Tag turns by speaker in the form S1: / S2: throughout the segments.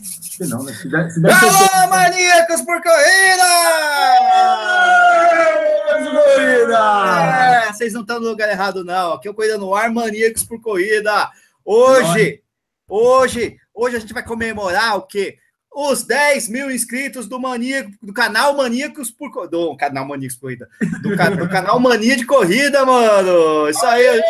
S1: Se não, né? Se der, se der
S2: Alô, maníacos por corrida! É, vocês não estão no lugar errado, não. Aqui é o Corrida no Ar, maníacos por corrida. Hoje, hoje, hoje a gente vai comemorar o quê? Os 10 mil inscritos do Maníaco, do canal Maníacos por Corrida. Do canal Maníacos por Corrida. Do, ca- do canal Mania de Corrida, mano. Isso aí.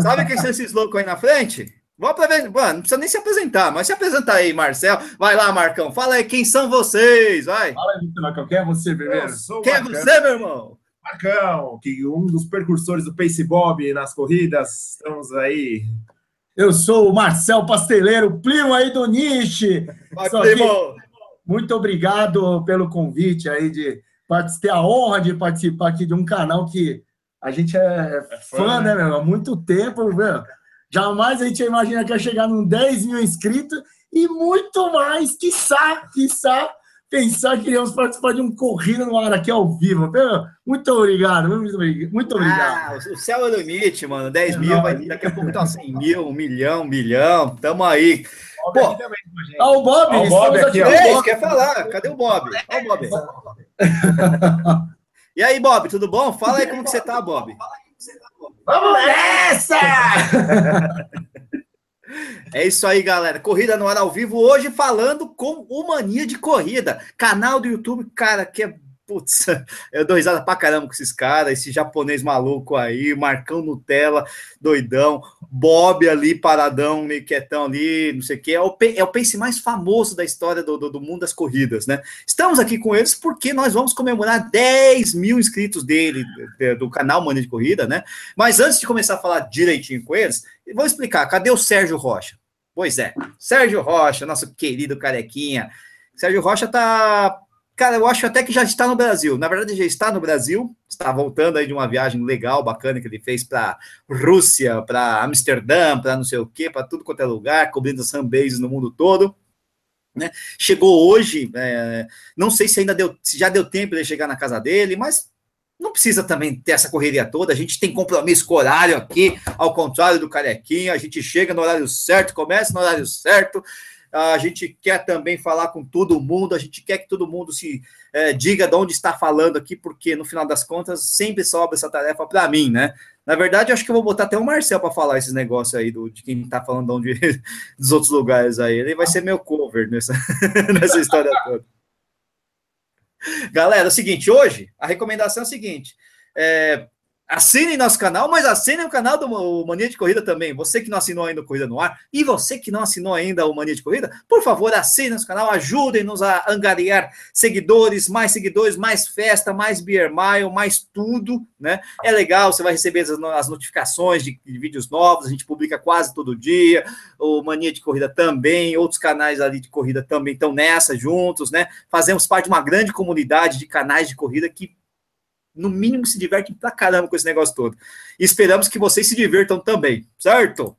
S2: Sabe quem são esses loucos aí na frente? Vou aproveitar, mano, não precisa nem se apresentar, mas se apresentar aí, Marcel. Vai lá, Marcão, fala aí quem são vocês, vai.
S1: Fala aí, Vitor Marcão, quem é você primeiro?
S3: Eu sou o
S2: Quem é
S3: Marcão,
S2: você, meu irmão?
S3: Marcão, que um dos precursores do Pace Bob nas corridas. Estamos aí.
S1: Eu sou o Marcel Pasteleiro, primo aí do Nietzsche.
S2: Vai,
S1: Só
S2: primo.
S1: Muito obrigado pelo convite aí de partic- ter a honra de participar aqui de um canal que a gente é fã,
S3: fã,
S1: né, meu? Há muito tempo, meu. Jamais a gente imagina que ia chegar num 10 mil inscritos e muito mais, quiçá, quiçá, pensar que iríamos participar de um Corrida no Ar aqui ao vivo. Meu, muito obrigado, muito obrigado. Muito obrigado.
S2: Ah, o céu é o limite, mano. 10
S1: É
S2: mil, vai,
S1: nóis.
S2: daqui a pouco tá 100 mil, 1 milhão, 1 bilhão. Tamo aí.
S3: Bob
S2: Pô.
S3: aqui também com a gente.
S1: Ó, Ah, o Bob,
S3: Ó, o
S1: estamos
S3: Bob
S1: aqui,
S3: aqui, ó.
S1: ó, o
S2: Ei,
S1: Bob.
S2: quer falar? Cadê o Bob? Ó, o Bob. E aí, Bob, tudo bom? Fala aí como que você tá, Bob.
S1: Vamos nessa!
S2: É isso aí, galera. Corrida no ar ao vivo hoje falando com o Mania de Corrida, canal do YouTube, cara, que é putz, eu dou risada pra caramba com esses caras, esse japonês maluco aí, Marcão Nutella, doidão, Bob ali paradão, meio quietão ali, não sei o que, é o, pe- é o pace mais famoso da história do, do- do mundo das corridas, né? Estamos aqui com eles porque nós vamos comemorar 10 mil inscritos dele, de- do canal Mania de Corrida, né? Mas antes de começar a falar direitinho com eles, eu vou explicar, cadê o Sérgio Rocha? Pois é, Sérgio Rocha, nosso querido carequinha. Sérgio Rocha tá. Cara, eu acho até que já está no Brasil. Na verdade, já está no Brasil. Está voltando aí de uma viagem legal, bacana que ele fez para Rússia, para Amsterdã, para não sei o quê, para tudo quanto é lugar, cobrindo sunbases no mundo todo. Né? Chegou hoje, é, não sei se ainda deu, se já deu tempo de chegar na casa dele, mas não precisa também ter essa correria toda. A gente tem compromisso com o horário aqui, ao contrário do carequinha, a gente chega no horário certo, começa no horário certo. A gente quer também falar com todo mundo, a gente quer que todo mundo se eh, diga de onde está falando aqui, porque no final das contas sempre sobra essa tarefa para mim, né? Na verdade, eu acho que eu vou botar até o Marcel para falar esses negócios aí do, de quem tá falando de onde, dos outros lugares aí. Ele vai ser meu cover nessa, nessa história toda. Galera, é o seguinte, hoje a recomendação é a seguinte: é, Assinem nosso canal, mas assinem o canal do Ma- o Mania de Corrida também. Você que não assinou ainda o Corrida no Ar e você que não assinou ainda o Mania de Corrida, por favor, assinem nosso canal, ajudem-nos a angariar seguidores, mais seguidores, mais festa, mais beer mile, mais tudo, né? É legal, você vai receber as, no- as notificações de, de vídeos novos, a gente publica quase todo dia, o Mania de Corrida também, outros canais ali de corrida também estão nessa juntos, né? Fazemos parte de uma grande comunidade de canais de corrida que no mínimo se divertem pra caramba com esse negócio todo. E esperamos que vocês se divirtam também, certo?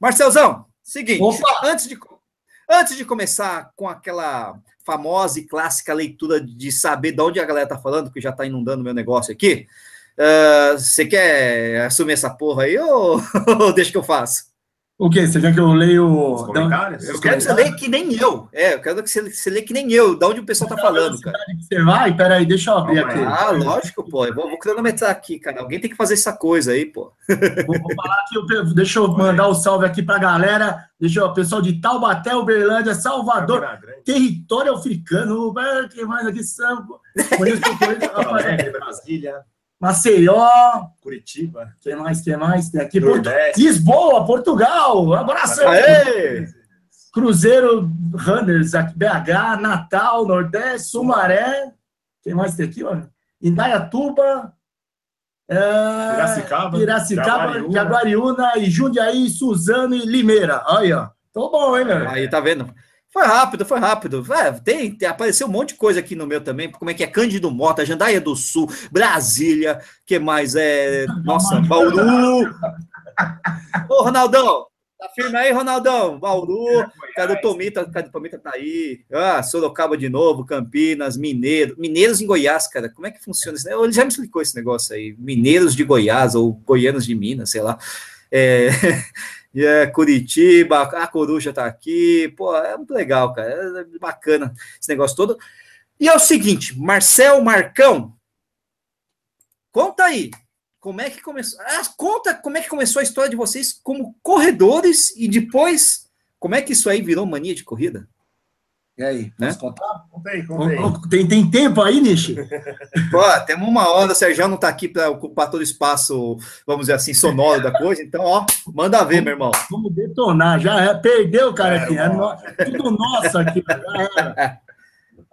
S2: Marcelzão, seguinte,
S1: Opa!
S2: antes de antes de começar com aquela famosa e clássica leitura de saber de onde a galera tá falando, que já tá inundando meu negócio aqui, ah, você quer assumir essa porra aí ou, ou deixa que eu faço?
S1: O quê? Você quer que eu leio...
S3: Os comentários?
S1: Então, Eu
S2: Eu quero que você leia que nem eu. É, eu quero que você, você leia que nem eu, de onde o pessoal tá falando, cara.
S1: Você vai? Peraí, deixa eu abrir
S3: Calma
S1: aqui.
S3: aí.
S2: Ah, lógico, pô. Eu vou, vou cronometrar aqui, cara. Alguém tem que fazer essa coisa aí, pô.
S1: Vou, vou falar aqui, eu pe- deixa eu mandar o salve aqui pra galera. Deixa eu, pessoal de Taubaté, Uberlândia, Salvador,
S3: Campina Grande,
S1: território africano. vai, Quem mais aqui? Sambo, Conheço, conheço, rapaz,
S3: Brasília, Brasília,
S1: Maceió,
S3: Curitiba,
S1: quem mais, quem mais? Tem aqui, Porto-
S3: Nordeste.
S1: Lisboa, Portugal, abraço!
S2: Aê!
S1: Cruzeiro Runners, aqui, BH, Natal, Nordeste, Sumaré. Quem mais tem aqui, mano? Indaiatuba. é,
S3: Piracicaba,
S1: Piracicaba,
S3: Jaguariúna.
S1: Jaguariúna e Jundiaí, Suzano e Limeira. Aí, ó. Tô bom, hein, meu?
S2: Aí, tá vendo? Foi rápido, foi rápido. É, tem, tem- apareceu um monte de coisa aqui no meu também. Como é que é? Cândido Mota, Jandaia do Sul, Brasília, que mais é. Nossa, Bauru. Ô, Ronaldão, tá firme aí, Ronaldão? Bauru, cadê o Tomita? Cadê o Tomita tá aí? Ah, Sorocaba de novo, Campinas, Mineiro. Mineiros em Goiás, cara. Como é que funciona isso? Ele já me explicou esse negócio aí. Mineiros de Goiás ou goianos de Minas, sei lá. É, E é, Curitiba, a Coruja tá aqui. Pô, é muito legal, cara. É bacana esse negócio todo. E é o seguinte, Marcel Marcão, conta aí. Como é que começou? Ah, conta como é que começou a história de vocês como corredores e depois como é que isso aí virou mania de corrida?
S1: E aí, vamos
S2: É?
S1: contar?
S3: Conta aí, conta aí.
S1: Tem, tem tempo aí, Nishi?
S2: Pô, temos uma hora, o Sérgio não tá aqui para ocupar todo o espaço, vamos dizer assim, sonoro da coisa, então, ó, manda ver, meu irmão.
S1: Vamos detonar, já é. Perdeu, cara, aqui.
S3: É,
S1: É
S3: uma
S1: no- tudo nosso aqui. já era.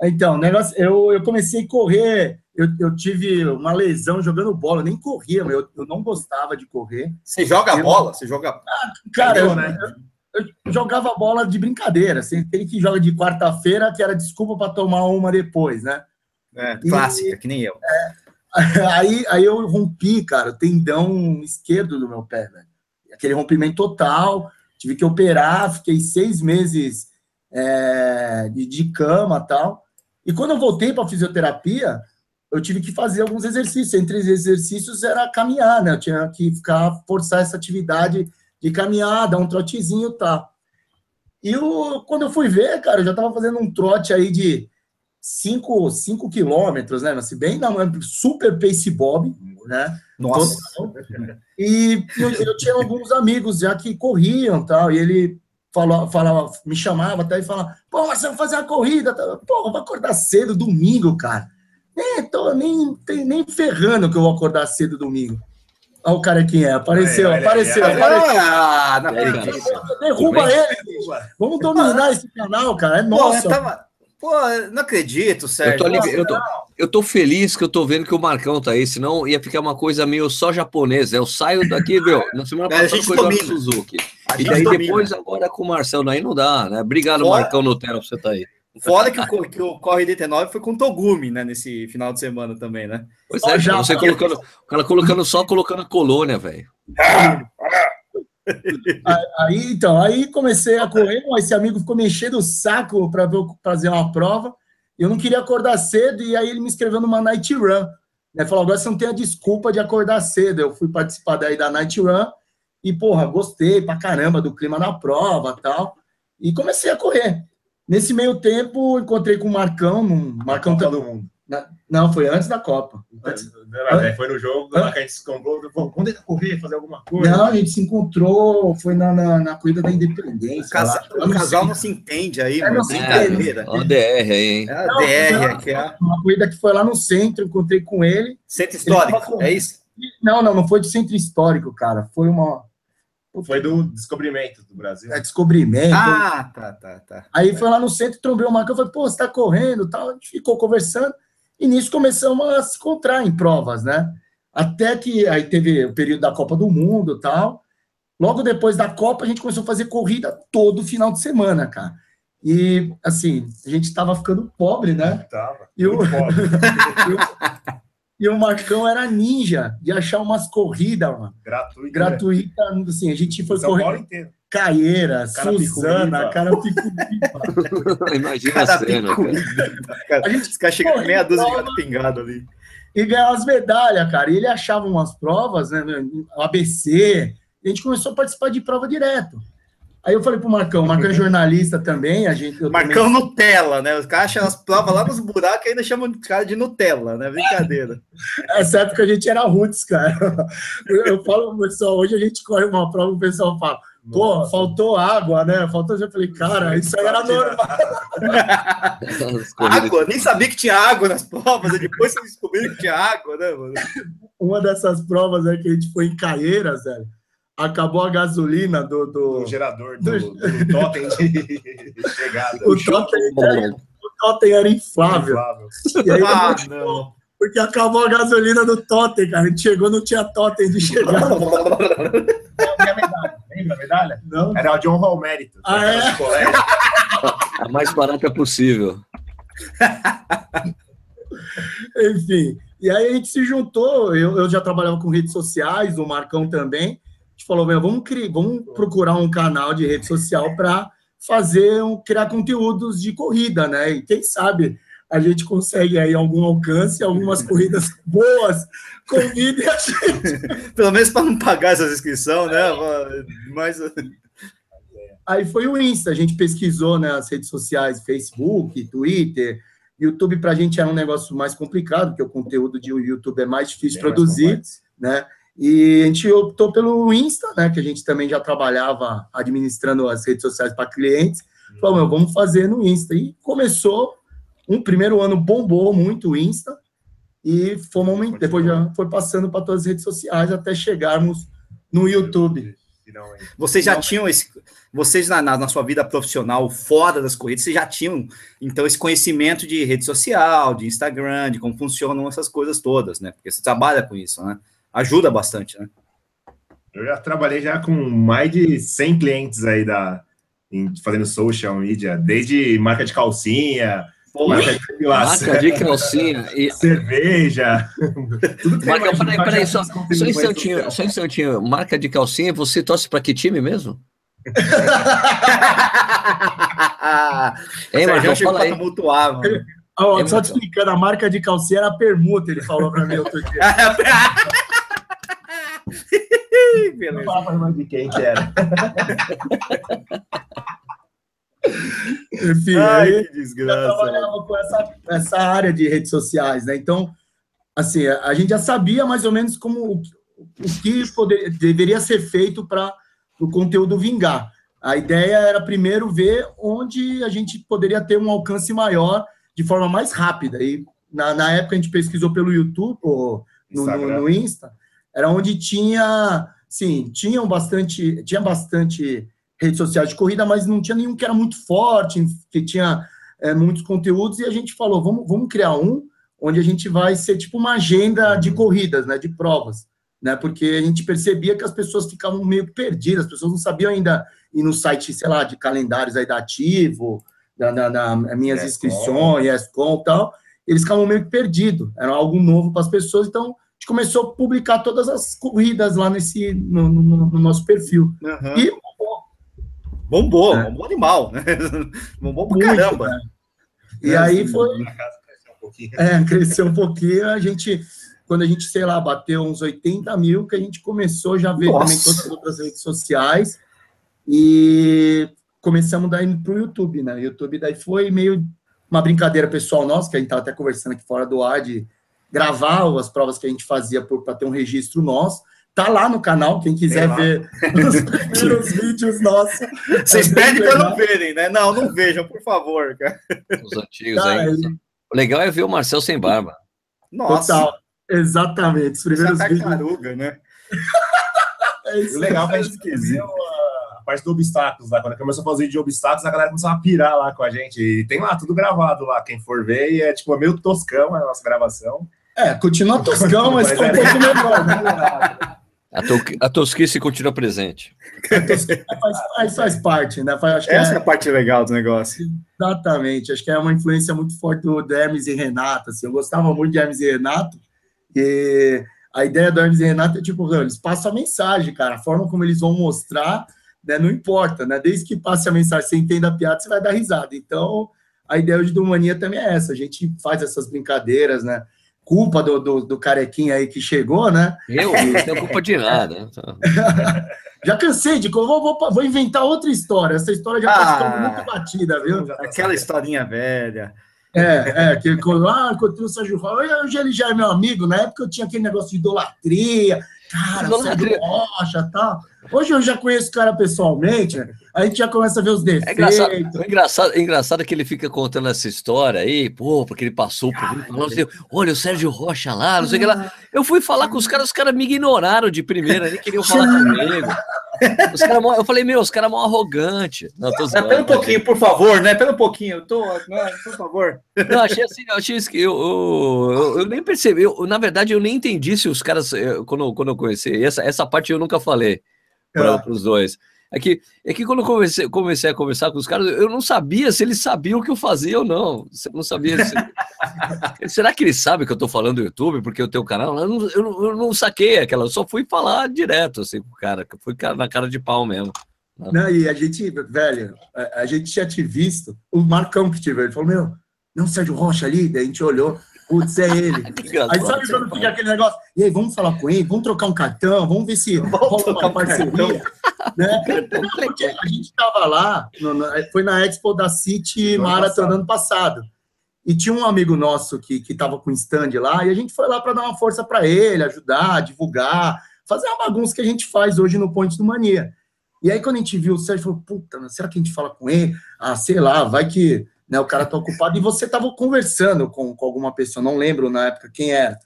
S1: Então, negócio, eu, eu comecei a correr, eu, eu tive uma lesão jogando bola, eu nem corria, mas eu, eu não gostava de correr.
S2: Você joga
S1: Eu-
S2: bola, você joga.
S1: Cara,
S3: Entendeu,
S1: eu,
S3: né?
S1: eu- eu jogava bola de brincadeira, assim, aquele que joga de quarta-feira, que era desculpa para tomar uma depois, né?
S2: É, clássica, que nem eu.
S1: Aí, aí eu rompi, cara, o tendão esquerdo do meu pé, velho. Aquele rompimento total, tive que operar, fiquei seis meses é, de, de cama tal. E quando eu voltei para fisioterapia, eu tive que fazer alguns exercícios. Entre os exercícios era caminhar, né? Eu tinha que ficar, forçar essa atividade de caminhar, dar um trotezinho e tal. E eu, quando eu fui ver, cara, eu já estava fazendo um trote aí de 5 cinco quilômetros, né? Mas se bem na super pace bob, né?
S2: Nossa,
S1: E eu, eu tinha alguns amigos já que corriam e tal, e ele falou, falava, me chamava até e falava, pô, mas você vai fazer uma corrida, tal. pô, eu vou acordar cedo domingo, cara. Nem, tô, nem, tem, nem ferrando que eu vou acordar cedo domingo. Olha o cara quem é, apareceu,
S3: Olha aí, olha aí,
S1: apareceu,
S3: olha aí.
S1: apareceu.
S2: ah, não
S4: É,
S2: acredito.
S1: Derruba
S4: Tudo
S1: ele, vamos dominar esse canal, cara, é
S2: Pô, eu
S1: nosso.
S2: tava... Pô, eu não acredito,
S4: Eu tô,
S2: Sérgio.
S4: ali- eu, tô, eu tô feliz que eu tô vendo que o Marcão tá aí, senão ia ficar uma coisa meio só japonesa. Eu saio daqui, meu, na semana
S2: Mas a
S4: passada
S2: gente
S4: foi o
S2: domina.
S4: Suzuki.
S2: A
S4: E
S2: gente
S4: daí
S2: domina.
S4: depois, agora com o Marcelo, aí não dá, né? Obrigado,
S2: Fora-
S4: Marcão Nutella, por você estar aí.
S2: Fora que o, co- que o Corre 89 foi com o Togumi, né? Nesse final de semana também, né?
S4: Pois
S1: Só
S4: é,
S1: já,
S4: cara, você
S1: cara.
S4: colocando, o cara colocando só colocando a colônia, velho.
S1: Aí, então, aí comecei a correr, mas esse amigo ficou me enchendo o saco para eu fazer uma prova. Eu não queria acordar cedo, e aí ele me inscreveu numa night run. Né? Falou, agora você não tem a desculpa de acordar cedo. Eu fui participar daí da night run e, porra, gostei pra caramba do clima da prova tal. E comecei a correr. Nesse meio tempo, encontrei com o Marcão, num, Marcão
S3: Copa
S1: também.
S3: do mundo.
S1: Não, foi antes da Copa. Antes-
S3: Não, Foi no jogo lá que a gente se comprou. Vamos vamos tentar correr, fazer alguma coisa.
S1: Não, a gente se encontrou, foi na, na, na corrida da Independência.
S2: O casal,
S1: lá. Eu
S2: o
S1: não
S2: casal
S1: sei.
S2: não se entende aí,
S1: É,
S2: mano.
S1: não se entende.
S2: Brincadeira.
S4: É, ó, a DR aí, hein?
S2: É a DR
S1: não.
S2: aqui, é a
S1: uma corrida que foi lá no centro, encontrei com ele.
S2: centro histórico, é isso?
S1: E- Não, não, não foi de centro histórico, cara. Foi uma
S3: Foi do descobrimento do Brasil.
S1: é, descobrimento.
S2: Ah, tá, tá, tá.
S1: Aí foi lá no centro, trombei o Marcão, falei, pô, você tá correndo e tal. A gente ficou conversando. E nisso começamos a se encontrar em provas, né? Até que aí teve o período da Copa do Mundo e tal. Logo depois da Copa, a gente começou a fazer corrida todo final de semana, cara. E, assim, a gente tava ficando pobre, né?
S3: Tava.
S1: E o-
S3: Muito pobre,
S1: E o Marcão era ninja de achar umas corridas, mano.
S3: gratuito. né?
S1: Gratuita, assim, a gente foi
S3: São Paulo
S1: correr
S3: inteiro.
S1: Caieira,
S3: Carapicuíba.
S1: Suzana, Carapicuíba.
S4: Imagina
S2: Cada
S4: a cena. cara.
S2: Cara,
S1: A gente
S2: Os caras chegam com meia dúzia de
S1: corre,
S2: gato pingado ali.
S1: e ganhar umas medalhas, cara. E ele achava umas provas, né? o ABC. E a gente começou a participar de prova direto. Aí eu falei pro Marcão, o Marcão é jornalista também, a gente. eu
S2: Marcão Nutella, né? Os caras acham as provas lá nos buracos e ainda chamam o cara de Nutella, né? Brincadeira.
S1: Essa época a gente era roots, cara. Eu, eu falo pro pessoal, hoje a gente corre uma prova, o pessoal fala, pô, faltou água, né? Faltou. Eu falei, cara, isso aí era normal.
S4: As corridas-
S2: Água? Nem sabia que tinha água nas provas, e depois vocês descobriram que tinha água, né, mano?
S1: uma dessas provas aí que a gente foi em Caieiras, velho, acabou a gasolina do. do...
S3: O gerador do, do, totem de chegada.
S1: O totem, é, o totem era inflável.
S3: Flávio.
S1: E aí,
S2: Ah,
S1: porque acabou a gasolina do totem, cara. A gente chegou, não tinha totem de chegar.
S2: não.
S3: E a medalha? Lembra a medalha?
S1: Não.
S3: Era o John Hall Mérito.
S1: Ah, é?
S3: Nosso colega.
S4: A mais barata possível.
S1: Enfim. E aí a gente se juntou. Eu, eu já trabalhava com redes sociais, o Marcão também. A gente falou: meu, vamos, criar, vamos procurar um canal de rede social para fazer um, criar conteúdos de corrida, né? E quem sabe a gente consegue aí algum alcance, algumas corridas boas, convidem a gente.
S2: Pelo menos para não pagar essas inscrições, né? Mas eh,
S1: Aí foi o Insta, a gente pesquisou né, as redes sociais, Facebook, Twitter, YouTube para a gente era um negócio mais complicado, porque o conteúdo de YouTube é mais difícil de
S3: Bem mais
S1: produzir,
S3: complexo.
S1: né? E a gente optou pelo Insta, né? Que a gente também já trabalhava administrando as redes sociais para clientes.
S4: Uhum.
S1: Falou, meu, vamos fazer no Insta. E começou, um primeiro ano bombou muito o Insta, e fomos, aument- depois já foi passando para todas as redes sociais até chegarmos no YouTube.
S3: Finalmente.
S2: vocês já
S1: Não.
S2: tinham esse. Vocês na, na, na sua vida profissional, fora das corridas, vocês já tinham, então, esse conhecimento de rede social, de Instagram, de como funcionam essas coisas todas, né? Porque você trabalha com isso, né? Ajuda bastante, né?
S3: Eu já trabalhei já com mais de 100 clientes aí da em- fazendo social media, desde marca de calcinha,
S2: Pô,
S3: marca de depilação,
S4: Marca de calcinha. E,
S3: cerveja, tudo que
S4: marca,
S3: você
S4: peraí,
S3: imaginar,
S4: peraí,
S3: já
S4: só,
S3: fiz com
S4: só um
S3: cliente
S4: instantinho, só um instantinho. Marca de calcinha, você torce para que time mesmo? Hein,
S2: Sérgio
S4: Marcão,
S2: chegou
S4: fala
S2: pra
S4: aí.
S2: tumultuar, mano.
S1: Ó,
S4: É
S1: só te
S4: muito.
S1: explicando, a marca de calcinha era permuta, ele falou para mim outro dia.
S2: Beleza.
S3: Fala mais de quem que era.
S1: Enfim,
S4: Ah,
S1: é
S2: Ai,
S1: aí-
S2: que
S1: eu
S2: desgraça. mano.
S1: trabalhava com essa, essa área de redes sociais, né? Então, assim, a a gente já sabia mais ou menos como o, o que poder- deveria ser feito para o conteúdo vingar. A ideia era primeiro ver onde a gente poderia ter um alcance maior de forma mais rápida. E na, na época a gente pesquisou pelo YouTube, ou no, no,
S3: Instagram.
S1: no Insta, era onde tinha, sim, tinham bastante, tinha bastante redes sociais de corrida, mas não tinha nenhum que era muito forte, que tinha é, muitos conteúdos, e a gente falou, vamos, vamos criar um onde a gente vai ser tipo uma agenda de corridas, né, de provas, né, porque a gente percebia que as pessoas ficavam meio perdidas, as pessoas não sabiam ainda ir no site, sei lá, de calendários aí da Ativo, da, da, da- eh, minhas
S3: Yes,
S1: inscrições, ESCOM e tal, eles ficavam meio que perdidos, era algo novo para as pessoas, então a gente começou a publicar todas as corridas lá nesse, no, no- no nosso perfil.
S2: Aham.
S1: E
S2: Bombou,
S1: É.
S2: bombou animal, né? Bombou pra
S1: Muito,
S2: caramba.
S1: né? E aí foi,
S3: É, Na casa cresceu um pouquinho.
S1: é, cresceu um pouquinho, a gente, quando a gente, sei lá, bateu uns 80 mil, que a gente começou já a ver
S2: Nossa.
S1: também todas as outras redes sociais, e começamos daí pro YouTube, né, o YouTube daí foi meio uma brincadeira pessoal nossa, que a gente tava até conversando aqui fora do ar, de gravar as provas que a gente fazia para ter um registro nosso, tá lá no canal, quem quiser
S3: lá.
S1: ver os primeiros vídeos nossos,
S2: Vocês
S1: É
S2: pedem
S1: muito
S2: pra não
S1: legal.
S2: verem, né? Não, não vejam, por favor, cara.
S4: Os antigos
S1: Cara,
S4: ainda. O legal é ver o Marcel sem barba.
S2: Nossa,
S1: Total. Exatamente. Os
S2: essa
S1: primeiros vídeos.
S2: tartaruga, né?
S1: É
S3: E
S1: isso.
S3: o legal é que a gente esqueceu a parte do obstáculos lá. Quando começou a fazer de obstáculos, a galera começou a pirar lá com a gente. E tem lá tudo gravado lá, quem for ver, e é tipo é meio toscão a nossa gravação.
S1: É, continua toscão, mas
S3: Mas
S1: com um
S3: é.
S1: pouco melhor. Né?
S4: A, to a tosquice continua presente.
S1: É, Faz, faz, faz parte, né? Faz- acho que é-
S2: Essa é a parte legal do negócio.
S1: exatamente. Acho que é uma influência muito forte do, do Hermes e Renato. Assim. Eu gostava muito de Hermes e Renato. E a ideia do Hermes e Renato é tipo, meu, eles passam a mensagem, cara. A forma como eles vão mostrar, né, não importa, né? Desde que passe a mensagem, você entenda a piada, você vai dar risada. Então, a ideia hoje do Mania também é essa. A gente faz essas brincadeiras, né? Culpa do, do, do carequinha aí que chegou, né?
S4: Eu não tenho culpa de nada. né?
S1: Já cansei de. Vou, vou, vou inventar outra história. Essa história já
S2: Ah.
S1: passou muito batida, viu?
S3: Já tá
S2: Aquela historinha velha.
S1: É, é. Que, quando, ah, encontrei o Sérgio Rocha. Eu- Hoje ele já é meu amigo. Na época eu tinha aquele negócio de idolatria. Cara, o Sérgio
S4: Idolatria.
S1: Rocha e tal. Hoje eu já conheço o cara pessoalmente. né? A gente já começa a ver os
S4: É
S1: defeitos.
S4: engraçado, é engraçado, é engraçado que ele fica contando essa história aí, pô, porque ele passou por mim, falando assim, olha o Sérgio Rocha lá, não sei o que
S2: Uhum.
S4: lá. Eu fui falar com os caras, os caras me ignoraram de primeira, nem queriam falar comigo. Os cara mó- eu falei, meu, os caras mó arrogante. Não, tô
S2: É,
S4: zoando,
S2: pera um
S4: tá,
S2: pouquinho, por favor, né? Pera um pouquinho, eu tô. né, Por favor.
S4: Não, achei assim, eu achei isso que eu, eu, eu- eu nem percebi. Eu, na verdade, eu nem entendi se os caras, eh, quando, eu- quando eu conheci, e essa, essa parte eu nunca falei
S1: Ah.
S4: para os dois. É que, é que quando eu comecei, comecei a conversar com os caras, eu não sabia se eles sabiam o que eu fazia ou não. Se- Eu não sabia. se- Será que eles sabem que eu tô falando do YouTube, porque eu tenho canal? Eu não, eu não- eu não saquei aquela, eu só fui falar direto assim, com o cara. que eu Fui cara- na cara de pau mesmo.
S1: né? Não, e a gente, velho, a, a gente tinha te visto, o Marcão que te viu, ele falou, meu, Não, Sérgio Rocha ali, daí a gente olhou, putz, é ele. Aí sabe quando fica é aquele negócio? E aí, vamos falar com ele, vamos trocar um cartão, vamos ver se rola uma
S3: um
S1: parceria. Né?
S3: É
S1: Porque a gente estava lá, no- na- foi na Expo da City
S3: No ano
S1: Marathon
S3: passado.
S1: ano passado. E tinha um amigo nosso que estava com stand lá, e a gente foi lá para dar uma força para ele, ajudar, divulgar, fazer uma bagunça que a gente faz hoje no Ponte do Mania. E aí, quando a gente viu o Sérgio, falou, puta, mas será que a gente fala com ele? Ah, sei lá, vai que né, o cara tá ocupado. E você estava conversando com, com alguma pessoa, não lembro na época quem era.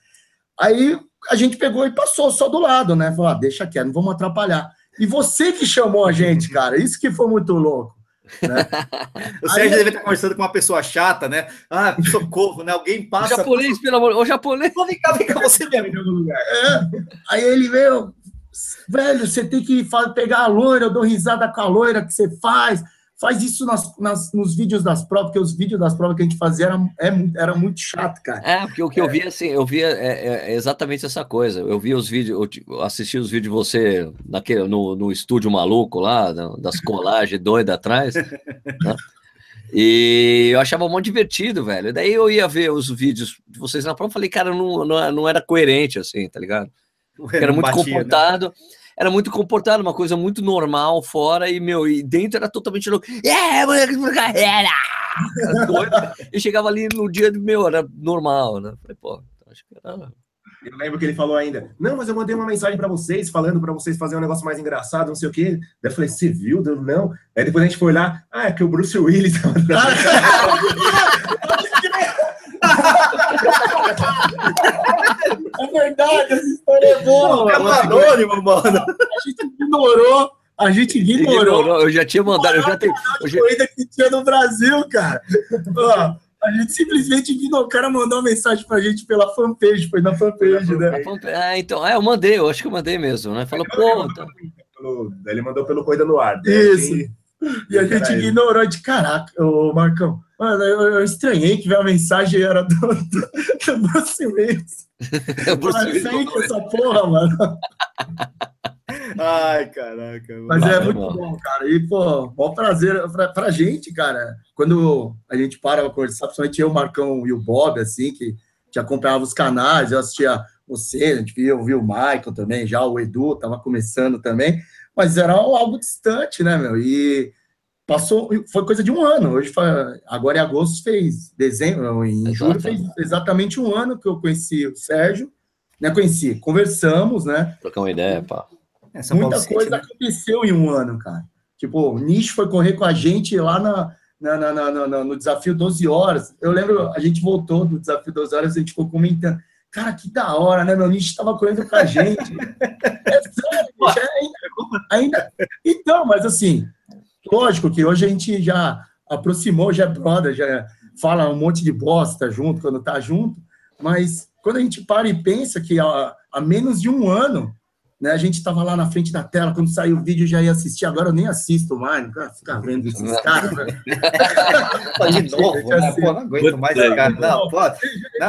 S1: Aí a gente pegou e passou só do lado, né? Falou, ah, deixa quieto, não vamos atrapalhar. E você que chamou a gente, cara, isso que foi muito louco.
S2: O Sérgio
S1: Aí-
S2: deve estar conversando com uma pessoa chata, né? Ah, socorro, né? Alguém
S4: O
S2: passa.
S4: japonês, pelo amor. O japonês.
S2: Pô, Vem cá, vem cá, você mesmo.
S1: Aí ele, meu, velho, você tem que fa- pegar a loira, eu dou risada com a loira que você faz. Faz isso nas, nas- nos vídeos das provas, porque os vídeos das provas que a gente fazia era, é mu- era muito chato, cara.
S4: É, porque o que eu vi assim, eu via é, é, é exatamente essa coisa. Eu vi os vídeos, eu ti- eu assisti os vídeos de você naquele, no, no estúdio maluco lá, da- das colagens doidas atrás. né? E eu achava muito divertido, velho. Daí eu ia ver os vídeos de vocês na prova e falei, cara, não, não, não era coerente assim, tá ligado? Porque era
S2: Não
S4: muito
S2: batia, né?
S4: comportado. Era muito comportado, uma coisa muito normal fora, e, meu, e dentro era totalmente louco. É, moleque de carreira! Era doido. E chegava ali no dia do meu, era normal, né? Falei, pô, acho que era.
S3: Eu lembro que ele falou ainda, não, mas eu mandei uma mensagem pra vocês, falando pra vocês fazerem um negócio mais engraçado, não sei o quê. Daí eu falei, você viu? Daí eu, não. Aí depois a gente foi lá, ah, é que o Bruce Willis tava
S1: É verdade, essa história é boa.
S2: É um anônimo, mano.
S1: A gente ignorou, a gente ignorou.
S4: Ignorou, eu já tinha mandado, eu já tenho. eu já-
S1: corrida que tinha no Brasil, cara. Ó, a gente simplesmente ignorou. O cara mandou uma mensagem pra gente pela fanpage, foi na fanpage, né?
S4: Ah, então, é, eu mandei, eu acho que eu mandei mesmo, né? Falou, pô, tá-
S3: pelo, daí ele mandou pelo Corrida no Ar. né? Daí
S1: Isso.
S3: ele-
S1: E a
S3: Era
S1: gente
S3: ele.
S1: ignorou de caraca, ô Marcão. Mano, eu, eu estranhei que veio a mensagem e era do, do, do Bruce Willis.
S4: o É Bruce
S1: Mas
S4: Willis
S1: fake
S4: mandou.
S1: essa porra, mano.
S2: Ai, caraca. mano.
S1: Mas é
S4: Valeu,
S1: muito
S4: mano.
S1: bom, cara. E, pô, maior prazer pra, pra gente, cara. Quando a gente para pra conversar, principalmente eu, o Marcão e o Bob, assim, que já acompanhava os canais, eu assistia você, a gente via, eu vi o Michael também, já o Edu tava começando também, mas era um algo distante, né, meu? E passou, foi coisa de um ano. Hoje, foi- agora em agosto fez, dezembro, em julho
S4: Exato.
S1: fez exatamente um ano que eu conheci o Sérgio, né? Conheci, conversamos, né?
S4: Trocar uma ideia, pá.
S2: É, São Paulo
S1: Muita
S2: City,
S1: coisa
S2: né?
S1: aconteceu em um ano, cara. Tipo, o Nish foi correr com a gente lá na, na- na- na- na- na- no desafio 12 horas. Eu lembro, a gente voltou do desafio 12 horas, a gente ficou comentando. Cara, que da hora, né? Meu Nish tava correndo com a gente. é sério, bicho, é ainda, ainda- Então, mas assim, lógico que hoje a gente já aproximou, já é brother, já fala um monte de bosta junto quando tá junto, mas quando a gente para e pensa que há, há menos de um ano né? A gente tava lá na frente da tela, quando saiu o vídeo eu já ia assistir, agora eu nem assisto mais, não ficar vendo esses caras. né?
S2: Pô, de novo, né?
S1: assim,
S2: Pô, não aguento mais, cara. Não, pô. não,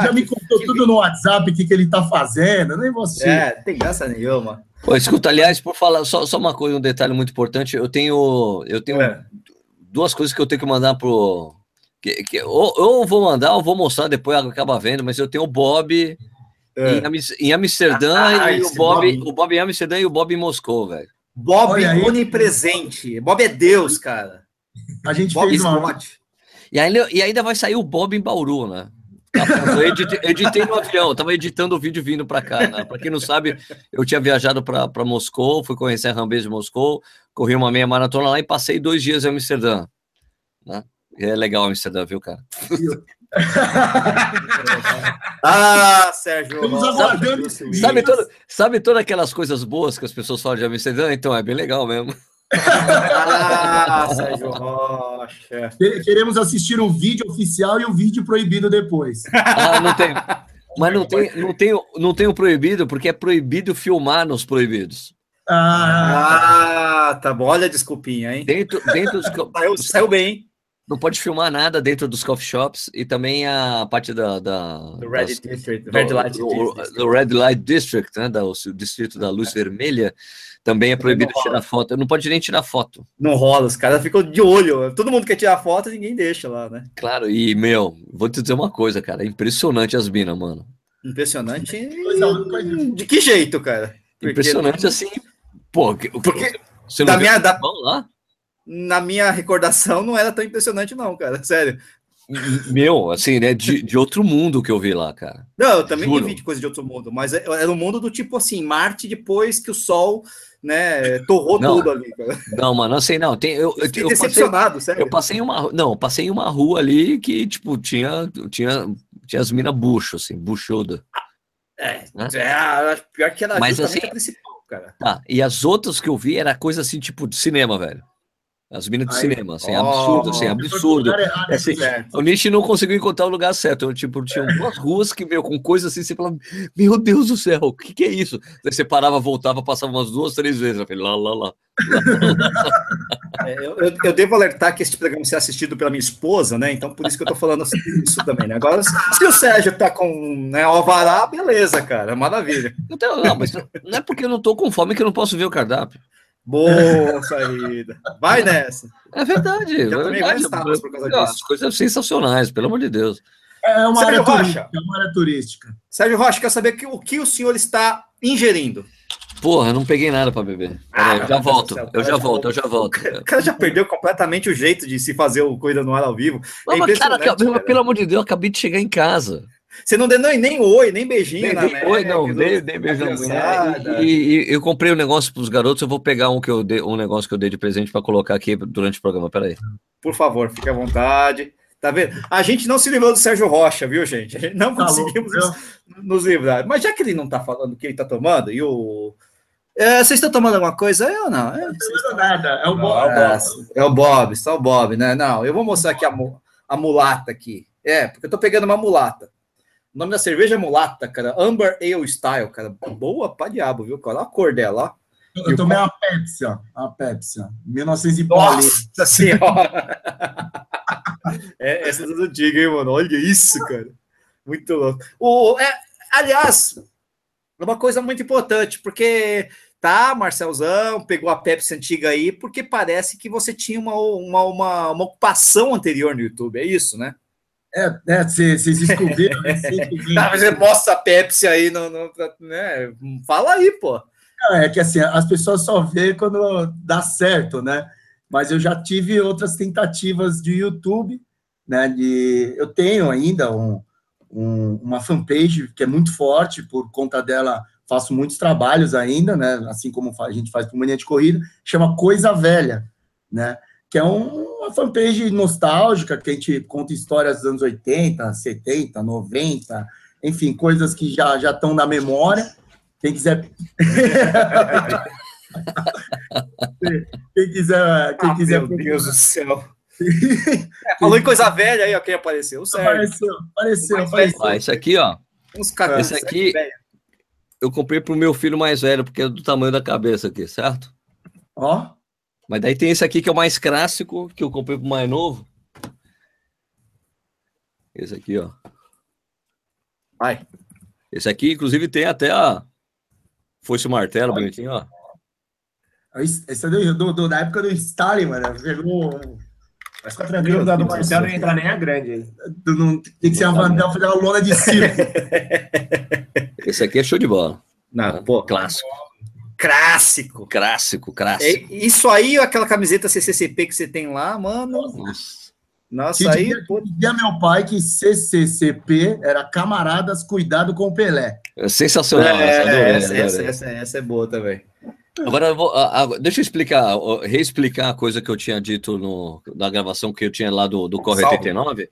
S1: Já me contou tudo no WhatsApp o que, que ele tá fazendo, eu nem vou assistir.
S2: É, tem graça nenhuma.
S4: Pô, escuta, aliás, por falar, só, só uma coisa, um detalhe muito importante. Eu tenho. Eu
S1: um
S4: tenho
S2: É.
S4: duas coisas que eu tenho que mandar pro. Que, que, ou, ou vou mandar, ou vou mostrar depois, acaba vendo, mas eu tenho o Bob em, Amis- em Amsterdã
S2: É. Ah,
S4: e o
S2: esse
S4: Bob,
S2: Bob.
S4: o Bob em Amsterdã e o Bob em Moscou, velho.
S2: Bob
S1: Olha aí.
S2: onipresente. Bob é Deus, cara.
S1: A gente
S2: Bob
S1: fez uma.
S2: Scott.
S4: E ainda, e ainda vai sair o Bob em Bauru, né? Eu editei, editei no avião, eu tava editando o vídeo vindo para cá. Né? Para quem não sabe, eu tinha viajado para Moscou, fui conhecer a Rambês de Moscou, corri uma meia maratona lá e passei dois dias em Amsterdã. né? É legal Amsterdã, viu, cara?
S2: Ah, Sérgio.
S1: Estamos
S2: Rocha,
S1: aguardando.
S2: Bruce Willis.
S4: Sabe, todo, sabe todas aquelas coisas boas que as pessoas falam de Amsterdã? Então é bem legal mesmo.
S2: Ah, Sérgio Rocha.
S1: Que- Queremos assistir o vídeo oficial e o vídeo proibido depois.
S4: Ah, não tem. Mas não tem, não tem, não tem o proibido, porque é proibido filmar nos proibidos.
S1: Ah,
S2: Ah, tá bom. Olha a desculpinha, hein?
S4: Dentro, dentro dos, co-
S2: Saiu, saiu bem.
S4: não pode filmar nada dentro dos coffee shops e também a parte da. da
S2: Do Red
S4: das-
S2: District.
S4: do-
S2: Red Light
S4: do-
S2: District.
S4: do Red Light District, né? Da, o distrito da luz vermelha, também é proibido tirar foto. Não pode nem tirar foto.
S2: Não rola, os caras ficam de olho. Todo mundo quer tirar foto e ninguém deixa lá, né?
S4: Claro, e meu, vou te dizer uma coisa, cara. É impressionante as minas, mano.
S2: Impressionante.
S1: Coisa, coisa.
S2: De que jeito, cara? Porque-
S4: Impressionante assim. Pô, que- o que-
S2: Porque
S4: você
S2: da
S4: viu
S2: minha-
S4: esse
S2: da-
S4: irmão lá?
S2: na minha recordação não era tão impressionante, não, cara. Sério.
S4: Meu, assim, né? De, de outro mundo que eu vi lá, cara.
S2: Não, eu também
S4: Juro.
S2: vi de coisa de outro mundo, mas é- era um mundo do tipo assim, Marte depois que o Sol, né, torrou
S4: Não.
S2: tudo ali, cara.
S4: Não, mano, assim, não. Tem, eu,
S2: Fiquei
S4: eu, eu passei,
S2: decepcionado, sério.
S4: eu passei uma. ru- Não, eu passei em uma rua ali que, tipo, tinha, tinha, tinha as minas bucho, assim, buchuda.
S2: É,
S4: Né?
S2: é, acho pior que era
S4: Mas
S2: justamente
S4: assim-
S2: a principal, cara.
S4: Tá, e as outras que eu vi era coisa assim, tipo, de cinema, velho. As minas de
S1: Aí,
S4: cinema, assim,
S2: ó,
S4: absurdo, assim, absurdo.
S1: Lugar errado,
S4: É assim,
S2: Certo.
S4: O Nietzsche não conseguiu encontrar o lugar certo. Eu, tipo, tinha duas ruas que veio com coisa assim, você falava, meu Deus do céu, o que, que é isso? Daí você parava, voltava, passava umas duas, três vezes. Eu falei, lá, lá, lá.
S2: É, eu, eu- eu devo alertar que esse programa será assistido pela minha esposa, né? Então por isso que eu tô falando assim, isso também, né? Agora, se se o Sérgio tá com né, alvará, beleza, cara, maravilha.
S4: Então, não, mas não é porque eu não tô com fome que eu não posso ver o cardápio.
S2: Boa saída. Vai nessa.
S4: É verdade, é
S2: Eu também
S4: verdade.
S2: gosto de Starbucks por causa
S4: Não,
S2: disso.
S4: As coisas sensacionais, pelo amor de Deus.
S1: É uma área
S2: Sério, Rocha?
S1: turística. É uma área turística.
S2: Sérgio Rocha, quero saber que- o que o senhor está ingerindo.
S4: Porra, eu não peguei nada pra beber. Peraí,
S2: Ah,
S4: eu já
S2: meu Deus
S4: volto,
S2: do céu,
S4: eu
S2: cara,
S4: já
S2: já
S4: volto, eu já volto.
S2: O cara já perdeu completamente o jeito de se fazer o Corrida no Ar ao vivo.
S4: Não, mas, cara,
S2: impressionante,
S4: pelo-
S2: cara.
S4: pelo amor de Deus, eu acabei de chegar em casa.
S2: Você não deu nem, nem oi, nem beijinho
S4: Nem
S2: na
S4: dei oi,
S2: Mac,
S4: não, dei, dei beijo na mulher. E, e- e eu comprei um negócio pros garotos, eu vou pegar um que eu dei, um negócio que eu dei de presente pra colocar aqui durante o programa. Peraí.
S2: Por favor, fique à vontade. Tá vendo? A gente não se livrou do Sérgio Rocha, viu, gente? A gente não
S1: Tá louco,
S2: conseguimos
S1: viu?
S2: nos livrar. Mas já que ele não tá falando o que ele tá tomando, e o. É, vocês estão tomando alguma coisa? Eu não. É,
S1: Não lembro nada. É o
S3: Não,
S1: Bob.
S2: Ah, é o Bob, só o Bob, né? Não, eu vou mostrar aqui a, mu- a mulata aqui. É, porque eu tô pegando uma mulata. O nome da cerveja é mulata, cara. Amber Ale Style, cara. Boa pra diabo, viu, cara? Olha a cor dela, ó.
S1: Eu tomei uma Pepsi, ó. Uma Pepsi, ó. 1900 e bolinha.
S2: Nossa senhora! é, essa eu não digo, hein, mano? Olha isso, cara. Muito louco. O, é, aliás, é uma coisa muito importante, porque tá, Marcelzão, pegou a Pepsi antiga aí, porque parece que você tinha uma, uma, uma, uma ocupação anterior no YouTube, é isso, né?
S1: É, é, vocês vocês descobriram, né? Vocês descobriram.
S2: Ah, mas você mostra a Pepsi aí, no, no- né? Fala aí, pô.
S1: Não, é que assim, as pessoas só vê quando dá certo, né? Mas eu já tive outras tentativas de YouTube, né? De, eu tenho ainda um, um- uma fanpage que é muito forte, por conta dela faço muitos trabalhos ainda, né? Assim como fa- a gente faz para Mania de Corrida, chama Coisa Velha, né? Que é um- uma fanpage nostálgica, que a gente conta histórias dos anos 80, 70, 90, enfim, coisas que já já estão na memória. Quem quiser Quem quiser, quem
S2: Ah,
S1: quiser
S2: meu Deus do céu. É, falou em coisa velha aí, ó, quem apareceu. O Sérgio.
S1: apareceu, apareceu,
S2: Mas
S1: apareceu.
S4: Ó, Ah, esse aqui, ó,
S2: Uns cabelos.
S4: Esse aqui- eu comprei pro meu filho mais velho, porque é do tamanho da cabeça aqui, certo?
S1: Ó,
S4: Mas daí tem esse aqui que é o mais clássico, que eu comprei pro mais novo. Esse aqui, ó.
S2: Vai.
S4: Esse aqui, inclusive, tem até a. Foi-se o martelo, bonitinho, ó.
S1: esse é do, do- do- da época do Stalin, mano. Pegou.
S3: Mas fica tranquilo, da do Marcelo não ia entrar nem a grande aí.
S1: do- não- é tem que ser uma, não, fazer uma lona de circo.
S4: Esse aqui é show de bola.
S2: Não, pô,
S4: Um Clássico.
S2: clássico.
S4: Clássico,
S2: É,
S4: clássico.
S2: isso aí, aquela camiseta CCCP que você tem lá, mano.
S4: Nossa.
S2: Nossa,
S1: Que
S2: aí.
S1: dia-
S2: pô,
S1: Dizia meu pai que CCCP era camaradas, cuidado com o Pelé.
S4: É Sensacional.
S2: é,
S4: essa, adorei,
S2: essa,
S4: adorei.
S2: essa, essa, essa é boa também.
S4: Agora, eu vou- a- a- deixa eu explicar, ó, reexplicar a coisa que eu tinha dito no, na gravação que eu tinha lá do, do Corre
S2: Salve.
S4: 89,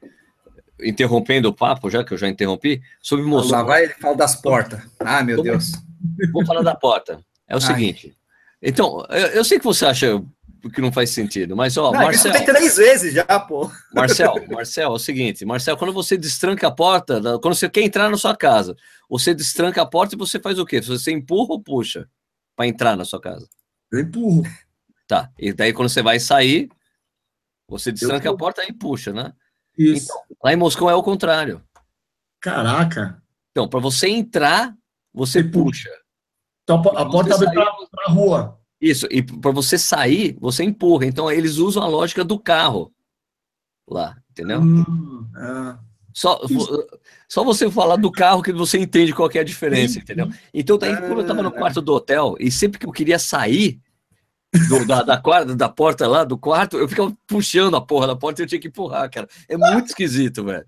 S4: interrompendo o papo, já que eu já interrompi, sobre
S2: Lá
S4: Moscou.
S2: vai ele fala das portas. Ah, meu Deus.
S4: Vou falar da porta. É o
S2: Ai.
S4: seguinte. Então, eu, eu sei que você acha que não faz sentido, mas, ó,
S2: Não, é eu
S4: Marcel,
S2: escutei três vezes já, pô.
S4: Marcel, Marcel, é o seguinte, Marcel, quando você destranca a porta, da- quando você quer entrar na sua casa, você destranca a porta e você faz o quê? Você empurra ou puxa para entrar na sua casa?
S1: Eu empurro.
S4: Tá. E daí quando você vai sair, Você destranca
S1: Eu-
S4: a porta e puxa, né?
S1: Isso.
S4: Lá em Moscou é o contrário.
S1: Caraca.
S4: Então, para você entrar, você
S1: Você
S4: puxa.
S1: Então, a
S4: Pra
S1: a porta
S4: você
S1: abre pra,
S4: sair-
S1: pra rua.
S4: Isso, e para você sair, você empurra. Então, eles usam a lógica do carro lá, entendeu?
S1: Hum, ah.
S4: Só, vo- só você falar do carro que você entende qual que é a diferença, entendeu? Então, daí,
S2: Ah,
S4: quando eu estava no
S2: né?
S4: quarto do hotel, e sempre que eu queria sair do- da, da, quadra- da porta lá, do quarto, eu ficava puxando a porra da porta e eu tinha que empurrar, cara. É muito esquisito, velho.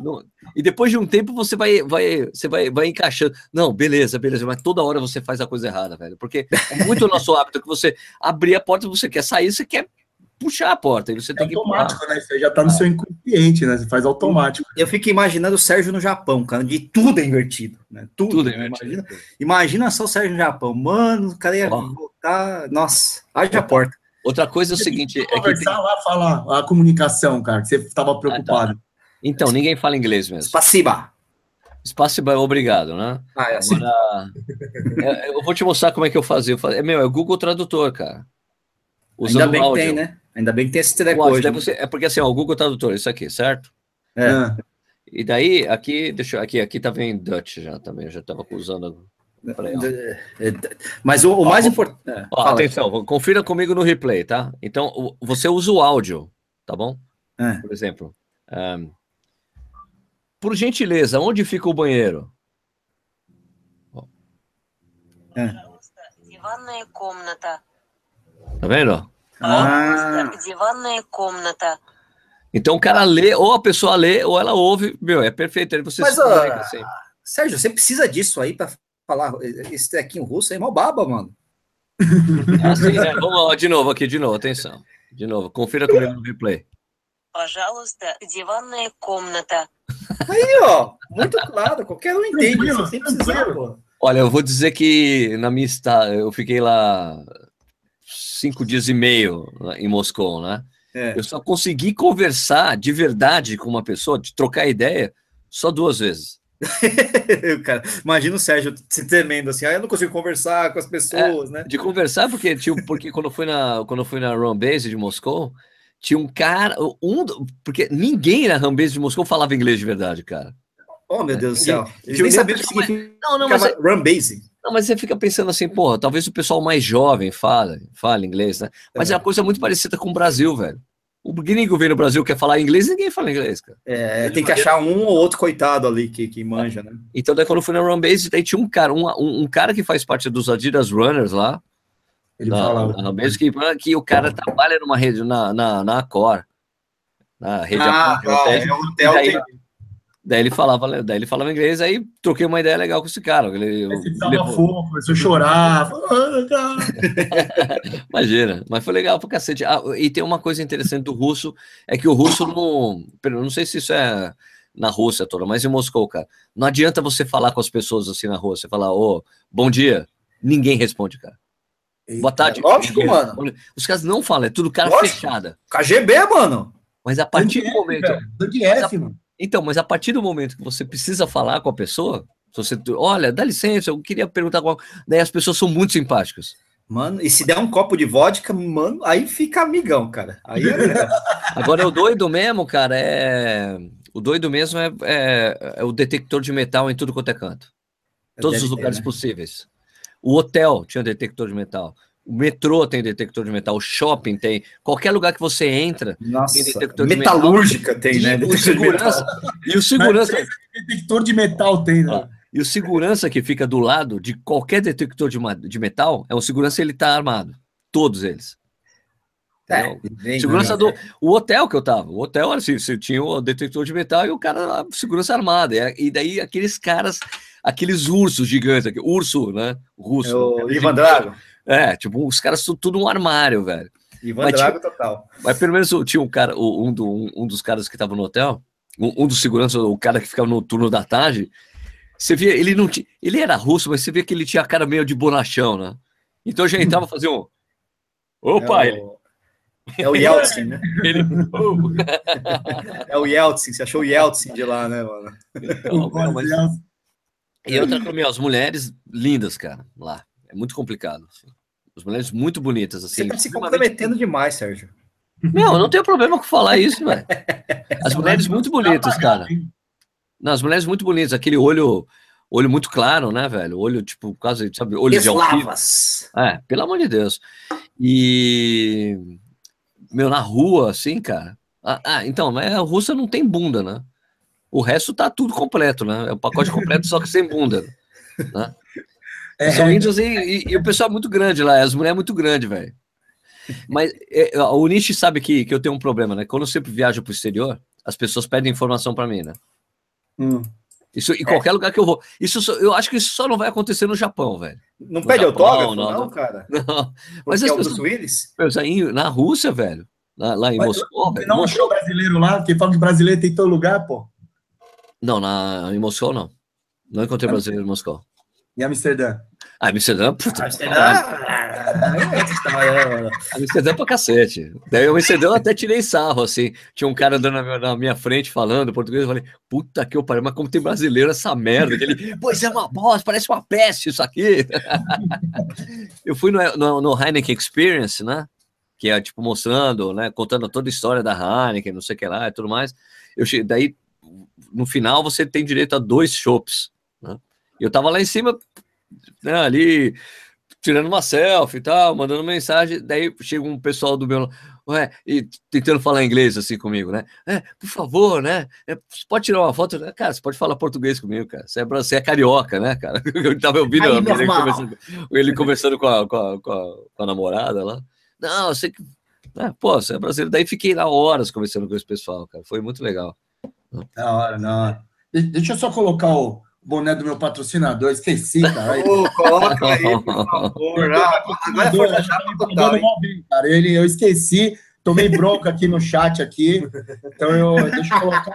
S4: Não- e depois de um tempo você vai, vai, você vai, vai encaixando. Não, beleza, beleza, mas toda hora você faz a coisa errada, velho. Porque é muito o nosso hábito que você abrir a porta, você quer sair, você quer puxar a porta, e você
S1: É
S4: tem que empurrar.
S1: automático, né? Você já tá no seu inconsciente, né? Você faz automático.
S2: Eu fico imaginando o Sérgio no Japão, cara, de tudo é invertido, né? Tudo,
S4: Tudo,
S2: né?
S4: né?
S2: Imagina, imagina só o Sérgio no Japão. Mano, o cara ia
S4: Ó.
S2: voltar. Nossa, haja porta.
S4: Outra coisa é o seguinte, é que Ah, tá. tem-
S1: Conversar tá lá, falar a comunicação, cara, que você tava preocupado.
S4: Então, ninguém fala inglês mesmo.
S2: Spasiba.
S4: Espaço é obrigado, né?
S2: Ah, é assim.
S4: Agora, é, eu vou te mostrar como é que eu fazia. Eu fazia- é, meu, é o Google Tradutor, cara. Usando
S2: Ainda bem
S4: áudio.
S2: que tem, né? Ainda bem que tem esse
S4: O
S2: treco
S4: áudio,
S2: hoje.
S4: daí você- é porque assim, ó, o Google Tradutor, isso aqui, certo?
S2: É.
S1: Ah,
S4: E daí, aqui, deixa eu, aqui, aqui tava em Dutch já também, eu já tava usando. Peraí, ó.
S2: É, é, mas o, o mais é, importante.
S4: Ó, atenção, confira comigo no replay, tá? Então, o- você usa o áudio, tá bom?
S2: É.
S4: Por exemplo, ahn, por gentileza, onde fica o banheiro?
S5: Пожалуйста, диванная комната.
S4: Tá vendo?
S2: Ah,
S5: Пожалуйста, диванная комната.
S4: Então o cara lê, ou a pessoa lê, ou ela ouve, meu, é perfeito. Aí você
S2: Mas,
S4: se comunica
S2: ó,
S4: assim.
S2: Sérgio, você precisa disso aí pra falar esse trequinho russo aí, mó baba, mano.
S4: Assim, né? Vamos lá, de novo aqui, de novo, atenção. De novo, confira comigo no replay.
S5: Пожалуйста, диванная комната.
S2: Aí, ó, muito claro, qualquer um entende,
S1: Tranquilo,
S2: isso, sem precisar,
S1: tranquilo.
S2: pô.
S4: Olha, eu vou dizer que na minha estada, eu fiquei lá cinco dias e meio lá em Moscou, né?
S2: É.
S4: Eu só consegui conversar de verdade com uma pessoa, de trocar ideia, só duas vezes.
S2: Cara, imagina o Sérgio se tremendo assim, ah, eu não consigo conversar com as pessoas, né?
S4: De conversar, porque, tipo, porque quando eu fui na, quando eu fui na Run Base de Moscou, tinha um cara, um, do- porque ninguém na Run Base de Moscou falava inglês de verdade, cara.
S2: Oh, meu Deus do céu. Eles
S4: É, eu
S2: nem
S4: nem
S2: sabiam o que
S4: pensava-
S2: significa
S4: Não, não, mas é-
S2: run base.
S4: Não, mas você fica pensando assim, porra, talvez o pessoal mais jovem fala, fala inglês, né? Mas é uma coisa muito parecida com o Brasil, velho. O gringo vem no Brasil quer falar inglês, ninguém fala inglês, cara.
S2: É, tem que achar um ou outro coitado ali que, que manja, né?
S4: Então, daí quando eu fui na Run Base, daí tinha um cara, um, um, um cara que faz parte dos Adidas Runners lá,
S1: ele
S4: na-
S1: fala.
S4: na Run Base, que, que o cara trabalha numa rede, na, na, na Accor, na rede Accor de hotéis.
S2: É o hotel.
S4: Daí- Daí ele falava, daí ele falava inglês, aí troquei uma ideia legal com esse cara. Ele,
S1: Você
S4: levou-
S1: tava fofo, começou a chorar. falou, "Ah, cara."
S4: Imagina, mas foi legal pra cacete. Ah, e tem uma coisa interessante do russo, é que o russo não. pera, eu Não sei se isso é na Rússia toda, mas em Moscou, cara. Não adianta você falar com as pessoas assim na rua, você falar, ô, bom dia. Ninguém responde, cara. Boa tarde.
S2: É lógico,
S4: ninguém
S2: mano.
S4: responde. Os caras não falam, é tudo cara
S2: Lógico.
S4: fechada.
S2: KGB, mano.
S4: Mas a partir do
S1: Tanto
S4: momento.
S1: velho. Tanto F, mano.
S4: Então, mas a partir do momento que você precisa falar com a pessoa, se você. Olha, dá licença, eu queria perguntar qual. Daí as pessoas são muito simpáticas.
S2: Mano, e se der um copo de vodka, mano, aí fica amigão, cara. Aí é legal.
S4: Agora, o doido mesmo, cara, é. O doido mesmo é, é- é o detector de metal em tudo quanto é canto. Todos
S2: Deve
S4: os
S2: ter,
S4: lugares
S2: né?
S4: possíveis. O hotel tinha detector de metal. O metrô tem detector de metal. O shopping tem. Qualquer lugar que você entra.
S2: né? Nossa,
S4: tem detector de
S2: metalúrgica tem, né?
S4: e, o
S2: Detector de
S4: segurança,
S2: metal.
S4: e o segurança.
S1: Detector de metal tem, né?
S4: Ó, E o segurança que fica do lado de qualquer detector de, ma- de metal é um segurança, ele tá armado. Todos eles.
S2: É,
S4: Entendeu?
S2: bem,
S4: Segurança
S2: né?
S4: do. O hotel que eu tava. O hotel era assim: você tinha o detector de metal e o cara, a segurança armada. E a- E daí aqueles caras, aqueles ursos gigantes, aqui, urso, né?
S2: É
S4: Russo.
S2: o
S4: né? Aquele
S2: Ivan
S4: gigante.
S2: Drago.
S4: É, tipo, os caras são tudo um armário, velho.
S2: Ivan
S4: Mas tipo,
S2: Drago total.
S4: Mas pelo menos eu tinha um cara, o- um, do- um- um dos caras que tava no hotel, um, um dos seguranças, o cara que ficava no turno da tarde. Você via, ele não tinha. Ele era russo, mas você via que ele tinha a cara meio de bonachão, né? Então eu já entrava e fazia um. Opa,
S2: é
S4: ele.
S2: o, é o Yeltsin, né?
S4: ele oh.
S2: É o Yeltsin, você achou o Yeltsin de lá, né, mano?
S4: Então, não, mas- E eu trago meu, as mulheres lindas, cara, lá. É muito complicado. assim. As mulheres muito bonitas,
S2: Você
S4: assim.
S2: tá se
S4: extremamente-
S2: comprometendo demais, Sérgio.
S4: Meu, eu não tenho problema com falar isso, velho. As mulheres muito bonitas, cara. Não, as mulheres muito bonitas, aquele olho, olho muito claro, né, velho? Olho, tipo, quase, sabe, olho de alquim.
S2: Eslavas.
S4: É, pelo amor de Deus. E. Meu, na rua, assim, cara. Ah, ah, então, mas a russa não tem bunda, né? O resto tá tudo completo, né? É o pacote completo, só que sem bunda. Né?
S1: É,
S4: São índios e, e- e o pessoal é muito grande lá, as mulheres é muito grande, velho. Mas é, ó, o Nishi sabe que, que eu tenho um problema, né? Quando eu sempre viajo pro exterior, as pessoas pedem informação pra mim, né?
S1: hum.
S4: Isso
S2: É.
S4: em qualquer lugar que eu vou. Isso só- eu acho que isso só não vai acontecer no Japão, velho.
S2: Não
S4: No
S2: pede
S4: Japão,
S2: autógrafo,
S4: não,
S2: não,
S4: não.
S2: cara?
S4: Não.
S2: Mas
S4: Mas as
S2: é o
S4: pessoas
S2: Bruce Willis?
S4: Meu, isso aí na Rússia, velho. Lá, lá em
S1: Mas
S4: Moscou,
S1: Você
S4: velho.
S1: não um achou brasileiro lá? Quem fala de brasileiro tem em todo lugar, pô.
S4: Não, na, em Moscou não. Não encontrei brasileiro em Moscou.
S1: Em Amsterdã.
S4: Ah, Amsterdã, puta. Amsterdã é pra cacete. Daí eu Amsterdã eu até tirei sarro, assim. Tinha um cara andando na minha, na minha frente falando português. Eu falei, puta que eu parei, mas como tem brasileiro essa merda? Que ele, pois é uma bosta, parece uma peste isso aqui. eu fui no, no, no Heineken Experience, né? Que é tipo mostrando, né? Contando toda a história da Heineken, não sei o que lá e tudo mais. Eu che... Daí, no final, você tem direito a dois chopps. Né? E Eu tava lá em cima, né, ali tirando uma selfie e tal, mandando mensagem. Daí chega um pessoal do meu. Ué, e tentando falar inglês assim comigo, né? É, por favor, né? É, você pode tirar uma foto? né? Cara, você pode falar português comigo, cara. Você é, bra- você é carioca, né, cara? Eu tava ouvindo
S2: Aí,
S4: a menina
S2: normal.
S4: conversando- ele conversando com a, com, a, com, a, com a namorada lá. Não, eu sei que. né, pô, você é brasileiro. Daí fiquei lá horas conversando com esse pessoal, cara. Foi muito legal.
S1: Da hora, da hora. De- deixa eu só colocar o boné do meu patrocinador. Esqueci, cara. Aí-
S2: Ô, coloca aí, por favor. Ah, agora é força
S1: Tá
S2: chapa
S1: dando
S2: total, hein?
S1: mó bem, cara. Ele, eu esqueci, tomei bronca aqui no chat aqui. Então eu deixa eu colocar.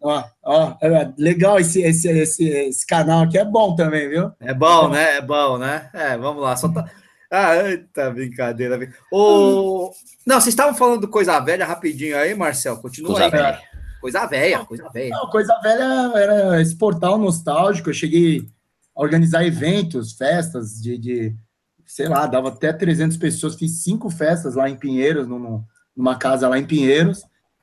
S1: Ó, ó, ó, é legal esse, esse, esse, esse canal aqui é bom também, viu?
S2: É bom, né? É bom, né? É, vamos lá. Só tá... Ah, eita, brincadeira. Ô... Não, vocês estavam falando do coisa velha rapidinho aí, Marcel. Continua
S4: Coisa
S2: aí.
S4: velha.
S2: Coisa velha, coisa velha.
S1: Não, coisa velha era esse portal nostálgico. Eu cheguei a organizar eventos, festas de, de, sei lá, dava até 300 pessoas. Fiz cinco festas lá em Pinheiros, num- numa casa lá em Pinheiros.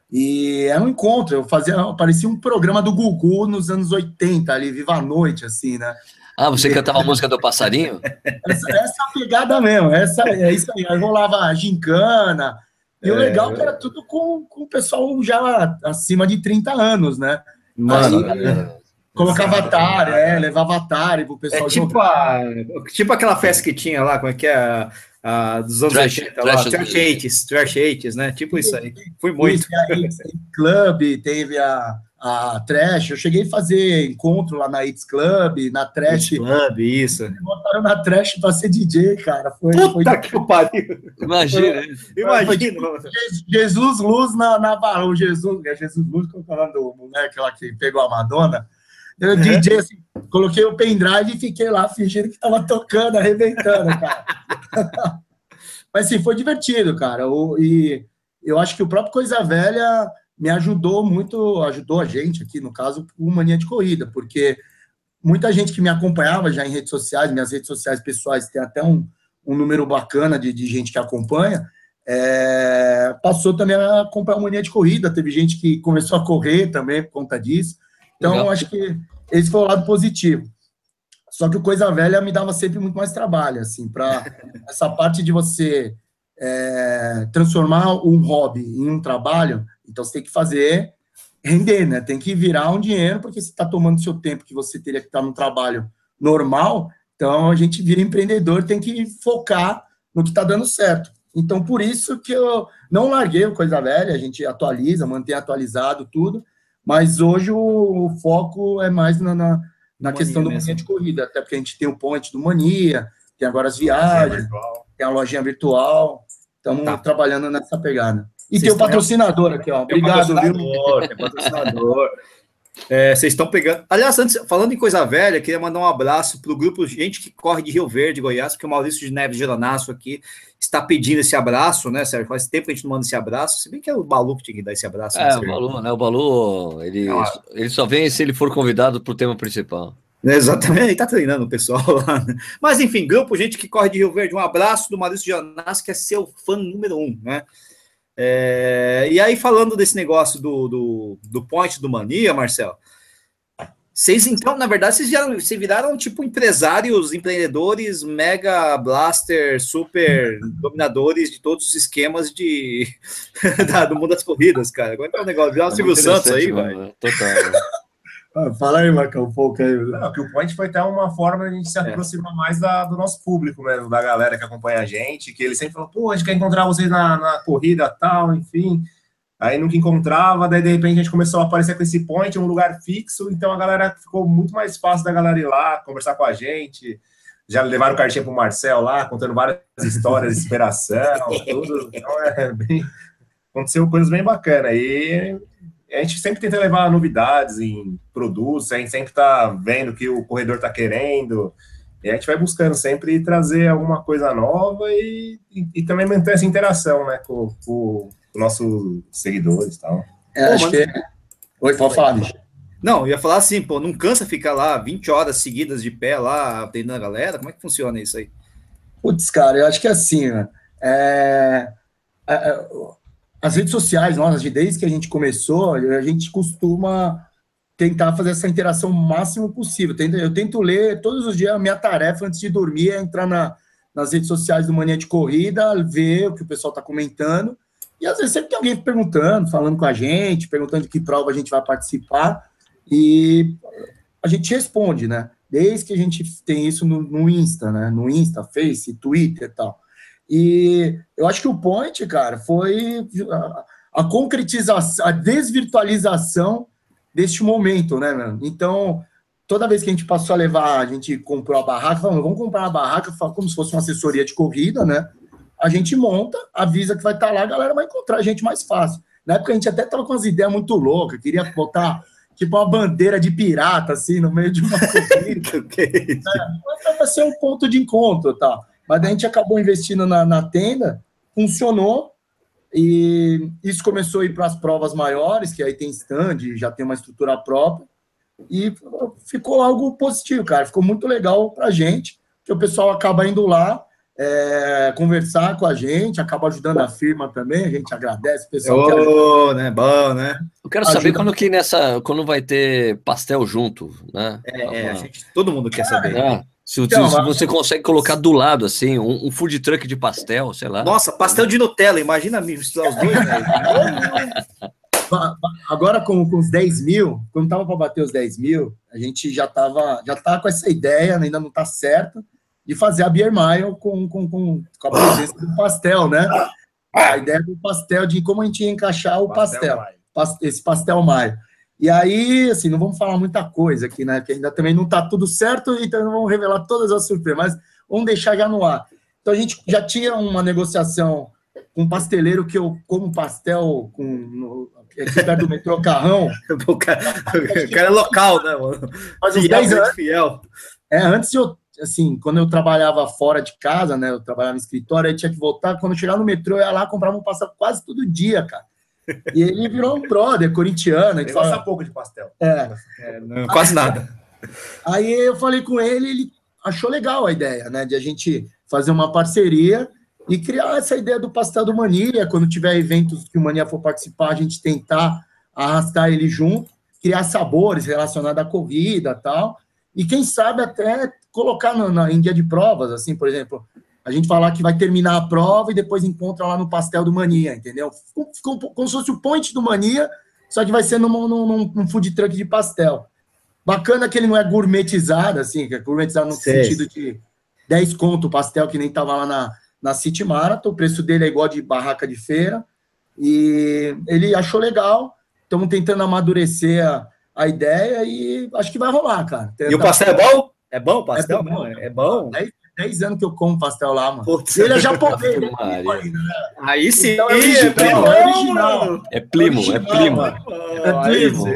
S1: E era um encontro. Eu fazia, parecia um programa do Gugu nos anos 80, ali, Viva a Noite, assim, né?
S4: Ah, você cantava a música do passarinho?
S1: Essa, essa pegada mesmo, essa, é isso aí. Aí rolava a gincana. E o legal é que era tudo com, com o pessoal já acima de 30 anos, né?
S2: Mano,
S1: Aí, colocava avatar, é, levava avatar pro
S2: é
S1: pessoal
S2: tipo,
S1: jogar.
S2: a... tipo aquela festa que tinha lá, como é que é? A- a dos anos
S4: Trash-
S2: 80 lá.
S4: Trash-
S2: Trash Hates, Trash Hates, né? Tipo isso aí. Foi muito.
S1: Isso, e aí, teve Club, teve a, a Trash. Eu cheguei a fazer encontro lá na It's Club, na Trash.
S2: Club, isso.
S1: Botaram na Trash pra ser DJ, cara. Foi, foi
S2: Puta que pariu.
S4: Imagina.
S2: Imagina.
S1: Jesus- Jesus Luz na, na Barão. O Jesus, é Jesus Luz, que eu tô falando do moleque lá que pegou a Madonna. Eu
S2: Uhum.
S1: DJ, assim, coloquei o pendrive e fiquei lá fingindo que tava tocando, arrebentando, cara. Mas sim, foi divertido, cara. O- e eu acho que o próprio Coisa Velha me ajudou muito, ajudou a gente aqui, no caso, com Mania de Corrida, porque muita gente que me acompanhava já em redes sociais, minhas redes sociais pessoais tem até um, um número bacana de, de gente que acompanha, é, passou também a acompanhar a Mania de Corrida, teve gente que começou a correr também por conta disso. Então,
S4: Legal.
S1: acho que esse foi o lado positivo. Só que o Coisa Velha me dava sempre muito mais trabalho, assim, para essa parte de você é, transformar um hobby em um trabalho, então você tem que fazer render, né? Tem que virar um dinheiro, porque você está tomando seu tempo que você teria que estar num trabalho normal, então a gente vira empreendedor, tem que focar no que está dando certo. Então, por isso que eu não larguei o Coisa Velha, a gente atualiza, mantém atualizado tudo, mas hoje o, o foco é mais na, na, na
S2: Mania
S1: questão do
S2: mesmo.
S1: mania de corrida, até porque a gente tem o ponte do Mania, tem agora as viagens, tem a lojinha virtual, estamos
S2: Tá.
S1: trabalhando nessa pegada. E
S2: Vocês um-
S1: tem o
S2: estão-
S1: patrocinador aqui,
S2: um
S1: ó. Obrigado, viu?
S2: É patrocinador. É, vocês estão pegando. Aliás, antes, falando em coisa velha, queria mandar um abraço pro grupo Gente que Corre de Rio Verde, Goiás, porque o Maurício de Neves Geronasso aqui está pedindo esse abraço, né, Sérgio? Faz tempo que a gente não manda esse abraço, se bem que é o Balu que tinha que dar esse abraço. né,
S4: É, o
S2: Sérgio?
S4: Balu, né? O Balu, ele,
S2: Claro.
S4: ele só vem se ele for convidado pro tema principal.
S2: Exatamente, ele tá treinando o pessoal lá. né? Mas enfim, grupo Gente que Corre de Rio Verde, um abraço do Maurício Geronasso, que é seu fã número um, né? É, e aí, falando desse negócio do, do, do point do Mania, Marcel, vocês então, na verdade, vocês, já, vocês viraram tipo empresários, empreendedores, mega blaster, super dominadores de todos os esquemas de, da- do mundo das corridas, cara. Agora é um negócio, virar o Silvio Santos aí, vai.
S4: Total. né?
S1: Ah, fala aí, Marcão, um pouco aí. É.
S3: Não, é que o Point foi até uma forma de a gente se aproximar mais da- do nosso público mesmo, da galera que acompanha a gente, que ele sempre falou, pô, a gente quer encontrar vocês na, na corrida tal, enfim. Aí nunca encontrava, daí de repente a gente começou a aparecer com esse Point, um lugar fixo, então a galera ficou muito mais fácil da galera ir lá, conversar com a gente. Já levaram cartinha pro Marcel lá, contando várias histórias de inspiração, tudo. Então é bem. Aconteceu coisas bem bacanas. E a gente sempre tenta levar novidades em produtos, a gente sempre tá vendo o que o corredor tá querendo, e a gente vai buscando sempre trazer alguma coisa nova e, e, e também manter essa interação, né, com, com os nossos seguidores e tal.
S1: É, acho que é. Oi, pode falar, bicho.
S2: Não, eu ia falar assim, pô, não cansa ficar lá 20 horas seguidas de pé lá atendendo a galera? Como é que funciona isso aí?
S1: Putz, cara, eu acho que é assim, né? É, é, é, as redes sociais, nossas, desde que a gente começou, a gente costuma tentar fazer essa interação o máximo possível. Tenta- Eu tento ler todos os dias a minha tarefa antes de dormir, é entrar na- nas redes sociais do Mania de Corrida, ver o que o pessoal está comentando. E às vezes sempre tem alguém perguntando, falando com a gente, perguntando de que prova a gente vai participar. E a gente responde, né? Desde que a gente tem isso no, no Insta, né? No Insta, Face, Twitter e tal. E eu acho que o point, cara, foi a, a concretização, a desvirtualização deste momento, né, mano? Então, toda vez que a gente passou a levar, a gente comprou a barraca, falamos, vamos comprar uma barraca fa- como se fosse uma assessoria de corrida, né? A gente monta, avisa que vai estar lá, a galera vai encontrar a gente mais fácil. Na época a gente até tava com umas ideias muito loucas, queria botar tipo uma bandeira de pirata, assim, no meio de uma corrida para ser um ponto de encontro, tá? Mas daí a gente acabou investindo na, na tenda, funcionou e isso começou a ir para as provas maiores, que aí tem stand, já tem uma estrutura própria e ficou algo positivo, cara. Ficou muito legal para gente, que o pessoal acaba indo lá é, conversar com a gente, acaba ajudando a firma também. A gente agradece o pessoal. que ajuda.
S2: Ô, né? Bom, né?
S4: Eu quero saber
S1: Ajuda.
S4: quando que nessa. Quando vai ter pastel junto, né?
S2: É, é, a
S4: Alguma-
S2: gente- todo mundo quer saber.
S4: né? Se, o-
S1: Então,
S4: se
S1: mas-
S4: você consegue colocar do lado, assim, um, um food truck de pastel, sei lá.
S2: Nossa, pastel de Nutella, imagina misturar os dois. né?
S1: Ba- ba- Agora com, com os 10 mil, quando tava para bater os 10 mil, a gente já tava, já tá com essa ideia, ainda não tá certo, de fazer a Beer Mile com, com, com, com a presença do pastel, né? A ideia do pastel, de como a gente ia encaixar o pastel
S3: vai.
S1: pas- esse pastel maio. E aí, assim, não vamos falar muita coisa aqui, né? Porque ainda também não tá tudo certo, então não vamos revelar todas as surpresas, mas vamos deixar já no ar. Então a gente já tinha uma negociação com um pasteleiro que eu como pastel com, no, aqui perto do metrô Carrão,
S2: o, cara, o cara é local, né, mano?
S1: faz uns 10 anos.
S2: muito fiel.
S1: É, antes eu, assim, quando eu trabalhava fora de casa, né? Eu trabalhava no escritório, aí tinha que voltar. Quando eu chegava no metrô, eu ia lá, comprava um pastel quase todo dia, cara. E ele virou um brother corintiano. a gente
S3: Negócio
S1: fala,
S3: a pouco de pastel.
S1: é,
S2: É, não, quase nada.
S1: Aí eu falei com ele, ele achou legal a ideia, né? De a gente fazer uma parceria e criar essa ideia do pastel do Mania. Quando tiver eventos que o Mania for participar, a gente tentar arrastar ele junto, criar sabores relacionados à corrida tal. E quem sabe até colocar no- na- em dia de provas, assim, por exemplo, a gente falar que vai terminar a prova e depois encontra lá no pastel do Mania, entendeu? Ficou, ficou um pouco como se fosse o point do Mania, só que vai ser num, num, num- num food truck de pastel. Bacana que ele não é gourmetizado, assim, que é gourmetizado no
S2: Sei.
S1: sentido de 10 conto o pastel que nem tava lá na, na City Marathon, o preço dele é igual de barraca de feira, e ele achou legal, estamos tentando amadurecer a, a ideia e acho que vai rolar, cara. tá
S2: E o pastel é bom? É bom o pastel?
S1: É bom.
S2: mesmo? É bom?
S1: 10 anos que eu como pastel lá, mano.
S2: Putz,
S1: E ele é japonês, né?
S4: Maria.
S2: Aí sim,
S1: Então,
S2: é
S1: original,
S2: bom,
S1: é original.
S2: mano.
S4: É primo, é
S1: Original,
S4: primo.
S1: mano.
S2: É
S1: Aí
S2: primo.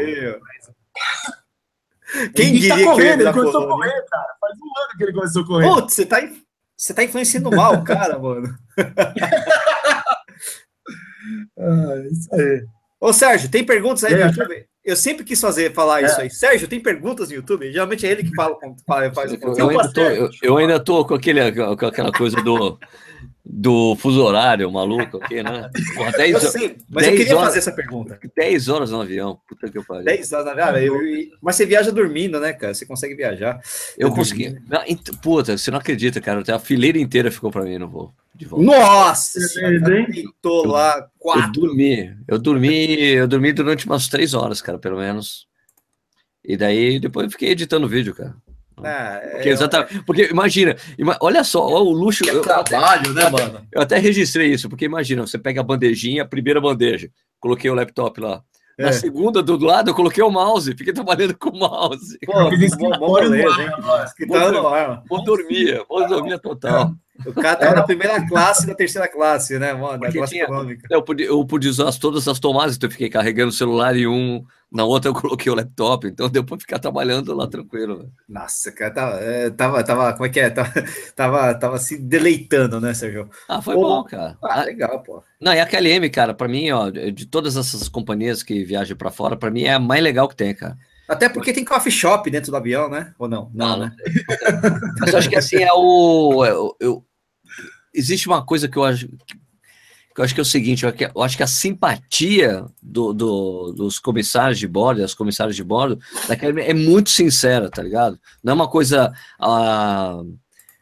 S2: Quem
S1: Ele tá
S2: diria que eu ia
S1: correndo, ele
S2: virar
S1: começou a
S2: colônia?
S1: correr, cara. Faz um ano que ele começou a correr.
S2: Putz, você tá, in- você tá influenciando mal o cara, mano.
S1: Ah, isso aí.
S2: Ô, Ô, Sérgio, É. tem perguntas aí
S1: É,
S2: no
S1: eu-
S2: YouTube? Eu sempre quis fazer, falar isso aí. Sérgio, tem perguntas no YouTube? Geralmente é ele que fala, fala- faz um o
S4: Eu, eu ainda tô, eu, eu ainda tô com, aquele, com aquela coisa do, do fuso horário maluco aqui, né? Porra,
S2: Eu
S4: 10,
S2: sei, mas eu
S4: 10
S2: queria
S4: horas.
S2: fazer essa pergunta.
S4: 10 horas no avião. Puta que eu pariu.
S2: 10 horas na viagem, eu- e- mas você viaja dormindo, né, cara? Você consegue viajar.
S4: Eu
S2: dormi.
S4: consegui. Não, ent- puta, você não acredita, cara. até A fileira inteira ficou pra mim no voo. De volta.
S2: Nossa!
S1: Beleza,
S2: senhora,
S1: hein?
S2: Deitou lá,
S4: Eu
S2: Hum, quatro.
S4: dormi, eu dormi, eu dormi durante umas três horas, cara, pelo menos. E daí depois eu fiquei editando vídeo, cara.
S2: Ah, é-
S4: Porque, exatamente, porque imagina, ima- olha só, ó, o luxo. Eu, eu até,
S6: trabalho, né, mano?
S4: eu até registrei isso, porque imagina, você pega a bandejinha, a primeira bandeja, coloquei o laptop lá. Na
S2: É.
S4: segunda do lado, eu coloquei o mouse, fiquei trabalhando com o mouse.
S2: Pô,
S1: Eu fiz
S2: bom, né? bom
S1: escritório no
S2: molejo,
S1: ar
S2: hein?
S1: agora.
S2: Escritório tá no ar, mano.
S4: Vou dormir, vou dormir total.
S2: O cara tava na primeira classe e na terceira classe, né, mano?
S4: Porque
S2: Negócio
S4: tinha-
S2: econômico.
S4: É, Eu pude, eu pude usar as- todas as tomadas, então eu fiquei carregando o celular em um, na outra eu coloquei o laptop, então deu pra ficar trabalhando lá tranquilo. velho.
S2: Nossa, cara, tava, é, tava, tava, como é que é? Tava, tava, tava se deleitando, né, Sérgio?
S4: Ah, foi
S2: Ô,
S4: bom, cara.
S2: Ah,
S4: Ah,
S2: legal, pô.
S4: Não, e a KLM, cara, pra mim, ó, de de todas essas companhias que viajam pra fora, pra mim é a mais legal que tem, cara.
S2: Até porque tem coffee shop dentro do avião, né? Ou não? Não, né?
S4: Mas eu acho que assim é o. é o- eu- existe uma coisa que eu acho. Que eu acho que é o seguinte, eu acho que- eu acho que a simpatia do- do- dos comissários de bordo, das comissárias de bordo, da KLM é muito sincera, tá ligado? Não é uma coisa. ah,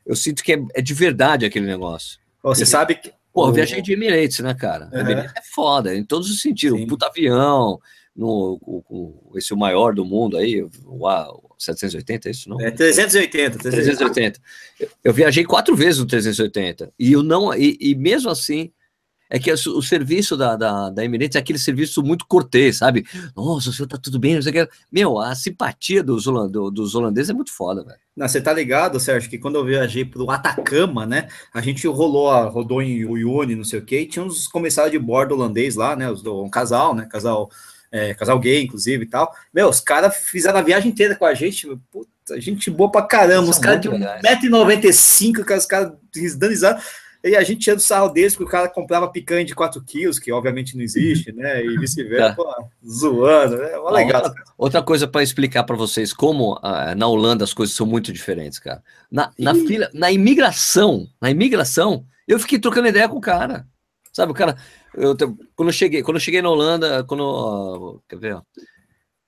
S4: eu sinto que é, é de verdade aquele negócio.
S2: Ô, Você sabe que.
S4: Pô,
S2: O-
S4: eu viajei de Emirates, né, cara?
S2: Aham.
S4: Emirates é foda, em todos os sentidos.
S2: Sim.
S4: Puta avião, no, o, o- esse é o maior do mundo aí, o, o 780, é isso, não?
S2: É 380, 380.
S4: 380. Eu- Eu viajei quatro vezes no 380. E eu não. E, e mesmo assim. É que o serviço da, da, da Emirates é aquele serviço muito cortês, sabe? Nossa, o senhor tá tudo bem, não sei o que. Meu, a simpatia dos, holan- do- dos holandeses é muito foda, velho.
S2: Não, você tá ligado, Sérgio, que quando eu viajei pro Atacama, né? A gente rolou, a- rodou em Uyuni, não sei o quê, e tinha uns comissários de bordo holandês lá, né? Os do- um casal, né? Casal, é, casal gay, inclusive e tal. Meu, os caras fizeram a viagem inteira com a gente. meu, Puta, gente boa pra caramba.
S4: Eles
S2: Os
S4: são
S2: caras de
S4: muito legais.
S2: 1,95m, cara, os caras desdanizados. E a gente tinha do sarro deles que o cara comprava picanha de 4 quilos, que obviamente não existe, né? E vice-versa,
S4: Tá.
S2: pô, zoando. É mó
S4: Ah,
S2: legal.
S4: Outra coisa para explicar para vocês como ah, na Holanda as coisas são muito diferentes, cara. Na, na fila, na imigração, na imigração, eu fiquei trocando ideia com o cara. Sabe, o cara, eu te- quando eu cheguei, quando eu cheguei na Holanda, quando ó, quer ver, ó,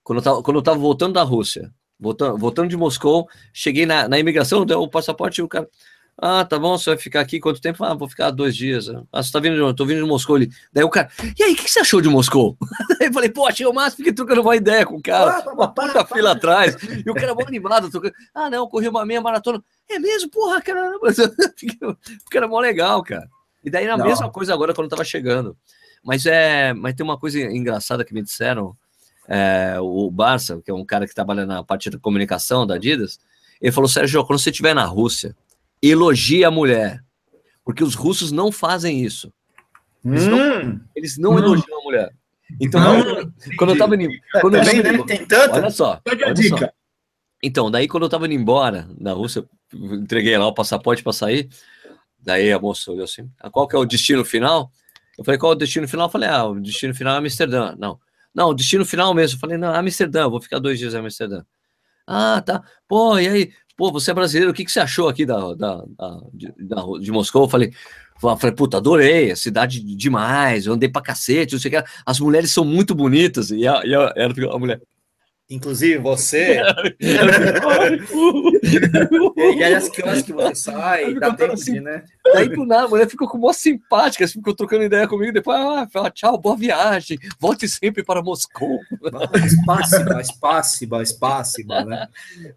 S4: quando eu tava, quando eu tava voltando da Rússia, voltando, voltando de Moscou, cheguei na, na imigração, deu o passaporte e o cara ah, tá bom, você vai ficar aqui quanto tempo? Ah, vou ficar dois dias. Ah, você tá vindo de onde? Tô vindo de Moscou ali. Daí o cara, e aí, o que que você achou de Moscou? Aí eu falei, pô, achei o máximo, fiquei trocando uma ideia com o cara. Uma puta fila atrás. E o cara mó animado, trocando. Ah, não, corri uma meia maratona. É mesmo, porra, caramba. O cara mó legal, cara. E daí era a
S2: Não.
S4: mesma coisa agora quando eu tava chegando. Mas é. Mas tem uma coisa engraçada que me disseram. é, o Barça, que é um cara que trabalha na parte de comunicação da Adidas, ele falou: Sérgio, quando você estiver na Rússia, elogie a mulher. Porque os russos não fazem isso. Eles não
S2: Hum,
S4: eles não
S1: Hum.
S4: elogiam a mulher. Então,
S1: Não,
S4: quando, quando eu tava indo. Quando eu
S2: também,
S4: tava
S2: né?
S4: indo
S2: Tem tanta.
S4: olha só.
S1: Pega a
S4: olha
S1: dica.
S4: só. Então, daí quando eu tava indo embora na Rússia, eu entreguei lá o passaporte para sair. Daí a moça olhou assim: "Ah, qual que é o destino final? Eu falei: qual é o destino final? Eu falei: ah, o destino final é Amsterdã. Não, não, o destino final mesmo. Eu falei: não, é Amsterdã, eu vou ficar dois dias em Amsterdã. Ah, tá. Pô, e aí? Pô, você é brasileiro, o que, que você achou aqui da, da, da- de, da- de Moscou? Eu falei, eu falei, puta, adorei, a cidade demais, eu andei pra cacete, não sei o que. lá. As mulheres são muito bonitas. E, a, e a, ela ficou- a mulher.
S2: Inclusive, você. e aí, as que horas que você sai,
S4: Eu
S2: dá
S4: fico
S2: tempo
S4: assim.
S2: de, né?
S4: Daí do nada, a mulher ficou com mó simpática, assim, ficou trocando ideia comigo. Depois, ah, fala, tchau, boa viagem, volte sempre para Moscou.
S2: Espáciba, espáciba, espáciba, né?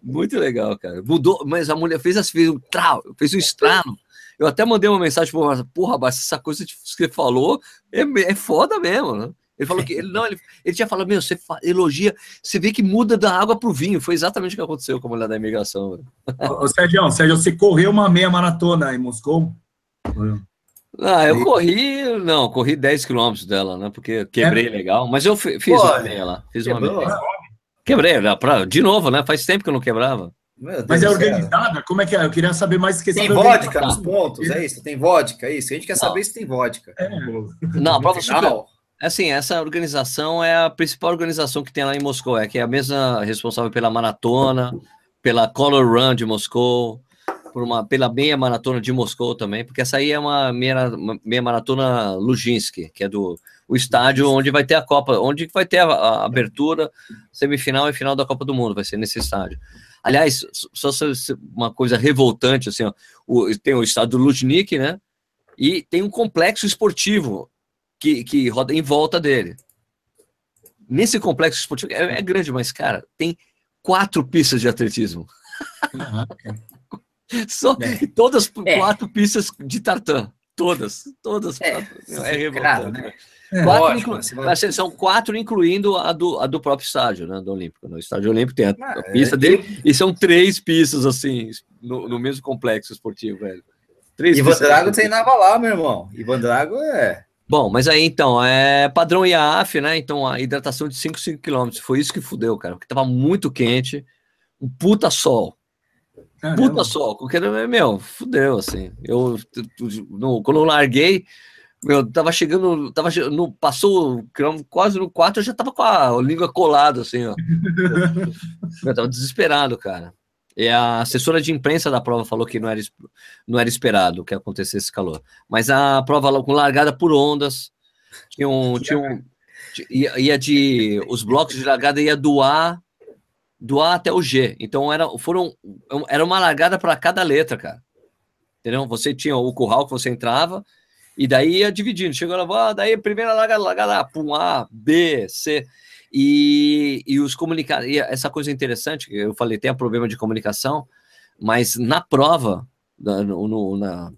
S4: Muito legal, cara. Mudou, mas a mulher fez, as- fez um trau, fez um estralo. Eu até mandei uma mensagem pro Marcelo, porra, mas essa coisa que você falou é, me- é foda mesmo, né? Ele falou que ele não, ele, ele tinha falado, meu, você fa- elogia, você vê que muda da água pro vinho. Foi exatamente o que aconteceu com a mulher da imigração. velho.
S1: Ô, ô, Sérgio, Sérgio, você correu uma meia maratona em Moscou?
S4: Ah, eu corri, não, corri 10 quilômetros dela, né? Porque eu quebrei legal, mas eu fi- fiz
S2: É? Pô,
S4: uma meia lá, fiz uma
S2: quebrou?
S4: meia. Quebrei, né, pra, de novo, né? Faz tempo que eu não quebrava.
S2: Meu Deus
S1: Mas é
S2: do céu.
S1: organizada? Como é que é? Eu queria saber mais que
S2: Tem
S1: sobre
S2: vodka nos
S1: organização.
S2: pontos, é isso? Tem vodka, é isso? A gente quer
S4: Não.
S2: saber se tem vodka.
S1: É.
S4: Não, a prova super,
S2: Final.
S4: Assim, essa organização é a principal organização que tem lá em Moscou, é que é a mesma responsável pela maratona, pela Color Run de Moscou, por uma, pela meia maratona de Moscou também, porque essa aí é uma meia, uma meia maratona Luginsk, que é do o estádio onde vai ter a Copa, onde vai ter a, a abertura, semifinal e final da Copa do Mundo, vai ser nesse estádio. Aliás, só uma coisa revoltante, assim, ó, o, tem o estádio Luzhniki, né? E tem um complexo esportivo que, que roda em volta dele. Nesse complexo esportivo, é, é grande, mas, cara, tem quatro pistas de atletismo. Só é. todas é. quatro pistas de tartan. Todas, todas. É, quatro, é revoltante. Né? É. Quatro, Ótimo, inclu... vai... São quatro, incluindo a do, a do próprio estádio, né? Do Olímpico. No estádio Olímpico tem a, ah,
S2: é.
S4: a pista dele e são três pistas, assim, no, no mesmo complexo esportivo, velho. assim.
S2: Três Ivan Drago treinava lá, meu irmão. Ivan Drago é.
S4: Bom, mas aí então, é padrão IAAF, né? Então a hidratação de 5, 5 km. Foi isso que fudeu, cara, porque tava muito quente, um puta sol. Caramba. Puta sol, qualquer um, meu, fudeu assim. Eu no, quando eu larguei, meu, tava chegando, tava no passou quase no 4, eu já tava com a língua colada assim, ó. eu tava desesperado, cara. E a assessora de imprensa da prova falou que não era, não era esperado que acontecesse esse calor. Mas a prova com largada por ondas, tinha um. Tinha um ia, ia, de. Os blocos de largada ia do A, do A até o G. Então era, foram, um, era uma largada para cada letra, cara. Entendeu? Você tinha o curral que você entrava, e daí ia dividindo. Chegou lá, ah, daí primeira largada, largada, pum, A, B, C. E, e, os comunicados, essa coisa interessante, que eu falei, tem um problema de comunicação, mas na prova, na, no, na,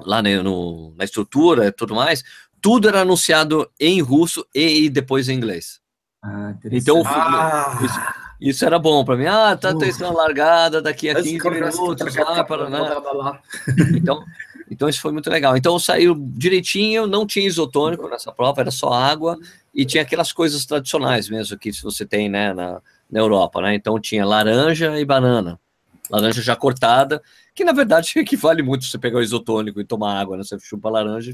S4: lá né, no, na estrutura e tudo mais, tudo era anunciado em russo e, e depois em inglês. Ah, então, ah. Isso, isso, era bom para mim. Ah, tá atenção uh. largada daqui a 15 minutos, lá, para, né? Então, então isso foi muito legal. Então saiu direitinho, não tinha isotônico nessa prova, era só água e tinha aquelas coisas tradicionais mesmo que você tem né, na, na Europa, né? Então tinha laranja e banana, laranja já cortada, que na verdade equivale muito você pegar o isotônico e tomar água, né? Você chupa laranja,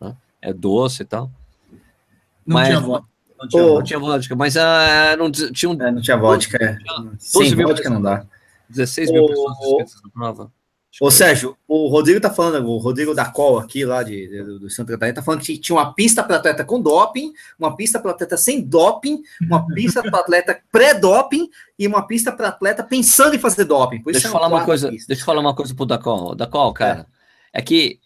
S4: né? é doce e tal.
S1: Não
S4: mas,
S1: tinha vodka.
S4: Não tinha, oh. não tinha vodka, mas ah, não tinha um,
S2: é, não tinha vodka. É. Sem vodka pessoas, não dá.
S4: 16 oh. mil pessoas inscritas na prova.
S2: Ô Sérgio, o Rodrigo tá falando, o Rodrigo da Col aqui lá de, de, do Santa Catarina tá falando que tinha uma pista para atleta com doping, uma pista para atleta sem doping, uma pista para atleta pré-doping e uma pista para atleta pensando em fazer doping.
S4: deixa eu falar uma coisa, pistas. deixa eu falar uma coisa pro Dacol, Dacol, cara. É. é. que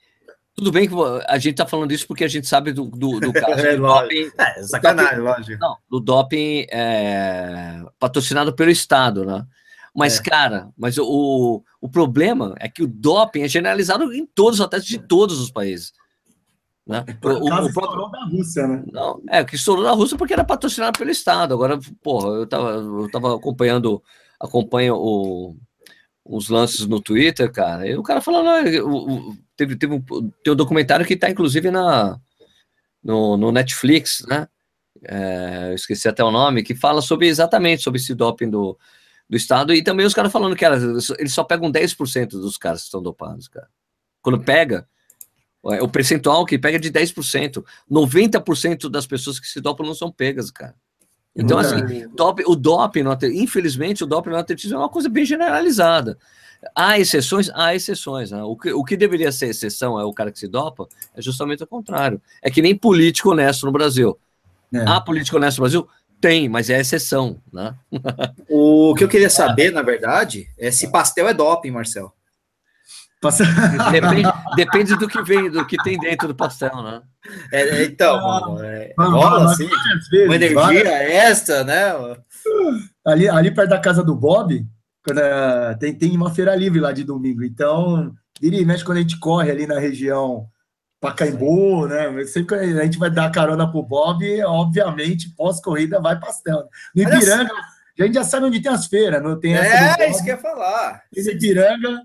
S4: tudo bem que a gente tá falando isso porque a gente sabe do, do, do caso é, do
S2: doping. É, sacanagem, do doping, lógico.
S4: Não, do doping é, patrocinado pelo Estado, né? Mas, é. cara, mas o, o problema é que o doping é generalizado em todos os atletas de todos os países. Né?
S1: É o, o, o próprio... da Rússia, né?
S4: Não, é, o que estourou na Rússia porque era patrocinado pelo Estado. Agora, porra, eu tava, eu tava acompanhando, acompanho o, os lances no Twitter, cara, e o cara falando, o, teve, teve um, tem um documentário que tá, inclusive, na, no, no Netflix, né? É, eu esqueci até o nome, que fala sobre exatamente sobre esse doping do, do Estado, e também os caras falando que era, eles só pegam 10% dos caras que estão dopados, cara. Quando pega, o percentual que pega é de 10%. 90% das pessoas que se dopam não são pegas, cara. Então, assim, é. doping, o doping, no atletismo, infelizmente, o doping no atletismo é uma coisa bem generalizada. Há exceções? Há exceções. Né? O, que, o que deveria ser exceção é o cara que se dopa, é justamente o contrário. É que nem político honesto no Brasil. É. Há político honesto no Brasil? Tem, mas é exceção, né?
S2: o que eu queria saber, na verdade, é se pastel é doping, Marcel.
S4: Depende, depende do que vem, do que tem dentro do pastel, né?
S2: É, então, mano, é, mano, rola mano, assim, vezes, uma energia vai. extra, né?
S1: Ali, ali perto da casa do Bob, quando, uh, tem, tem uma feira livre lá de domingo. Então, vira e mexe quando a gente corre ali na região Pacaembu, né? Sempre que a gente vai dar carona pro Bob, obviamente, pós-corrida vai pastel. No Ipiranga, a gente já sabe onde tem as feiras, não tem
S2: essa. É, isso que eu ia falar.
S1: Tem Ipiranga,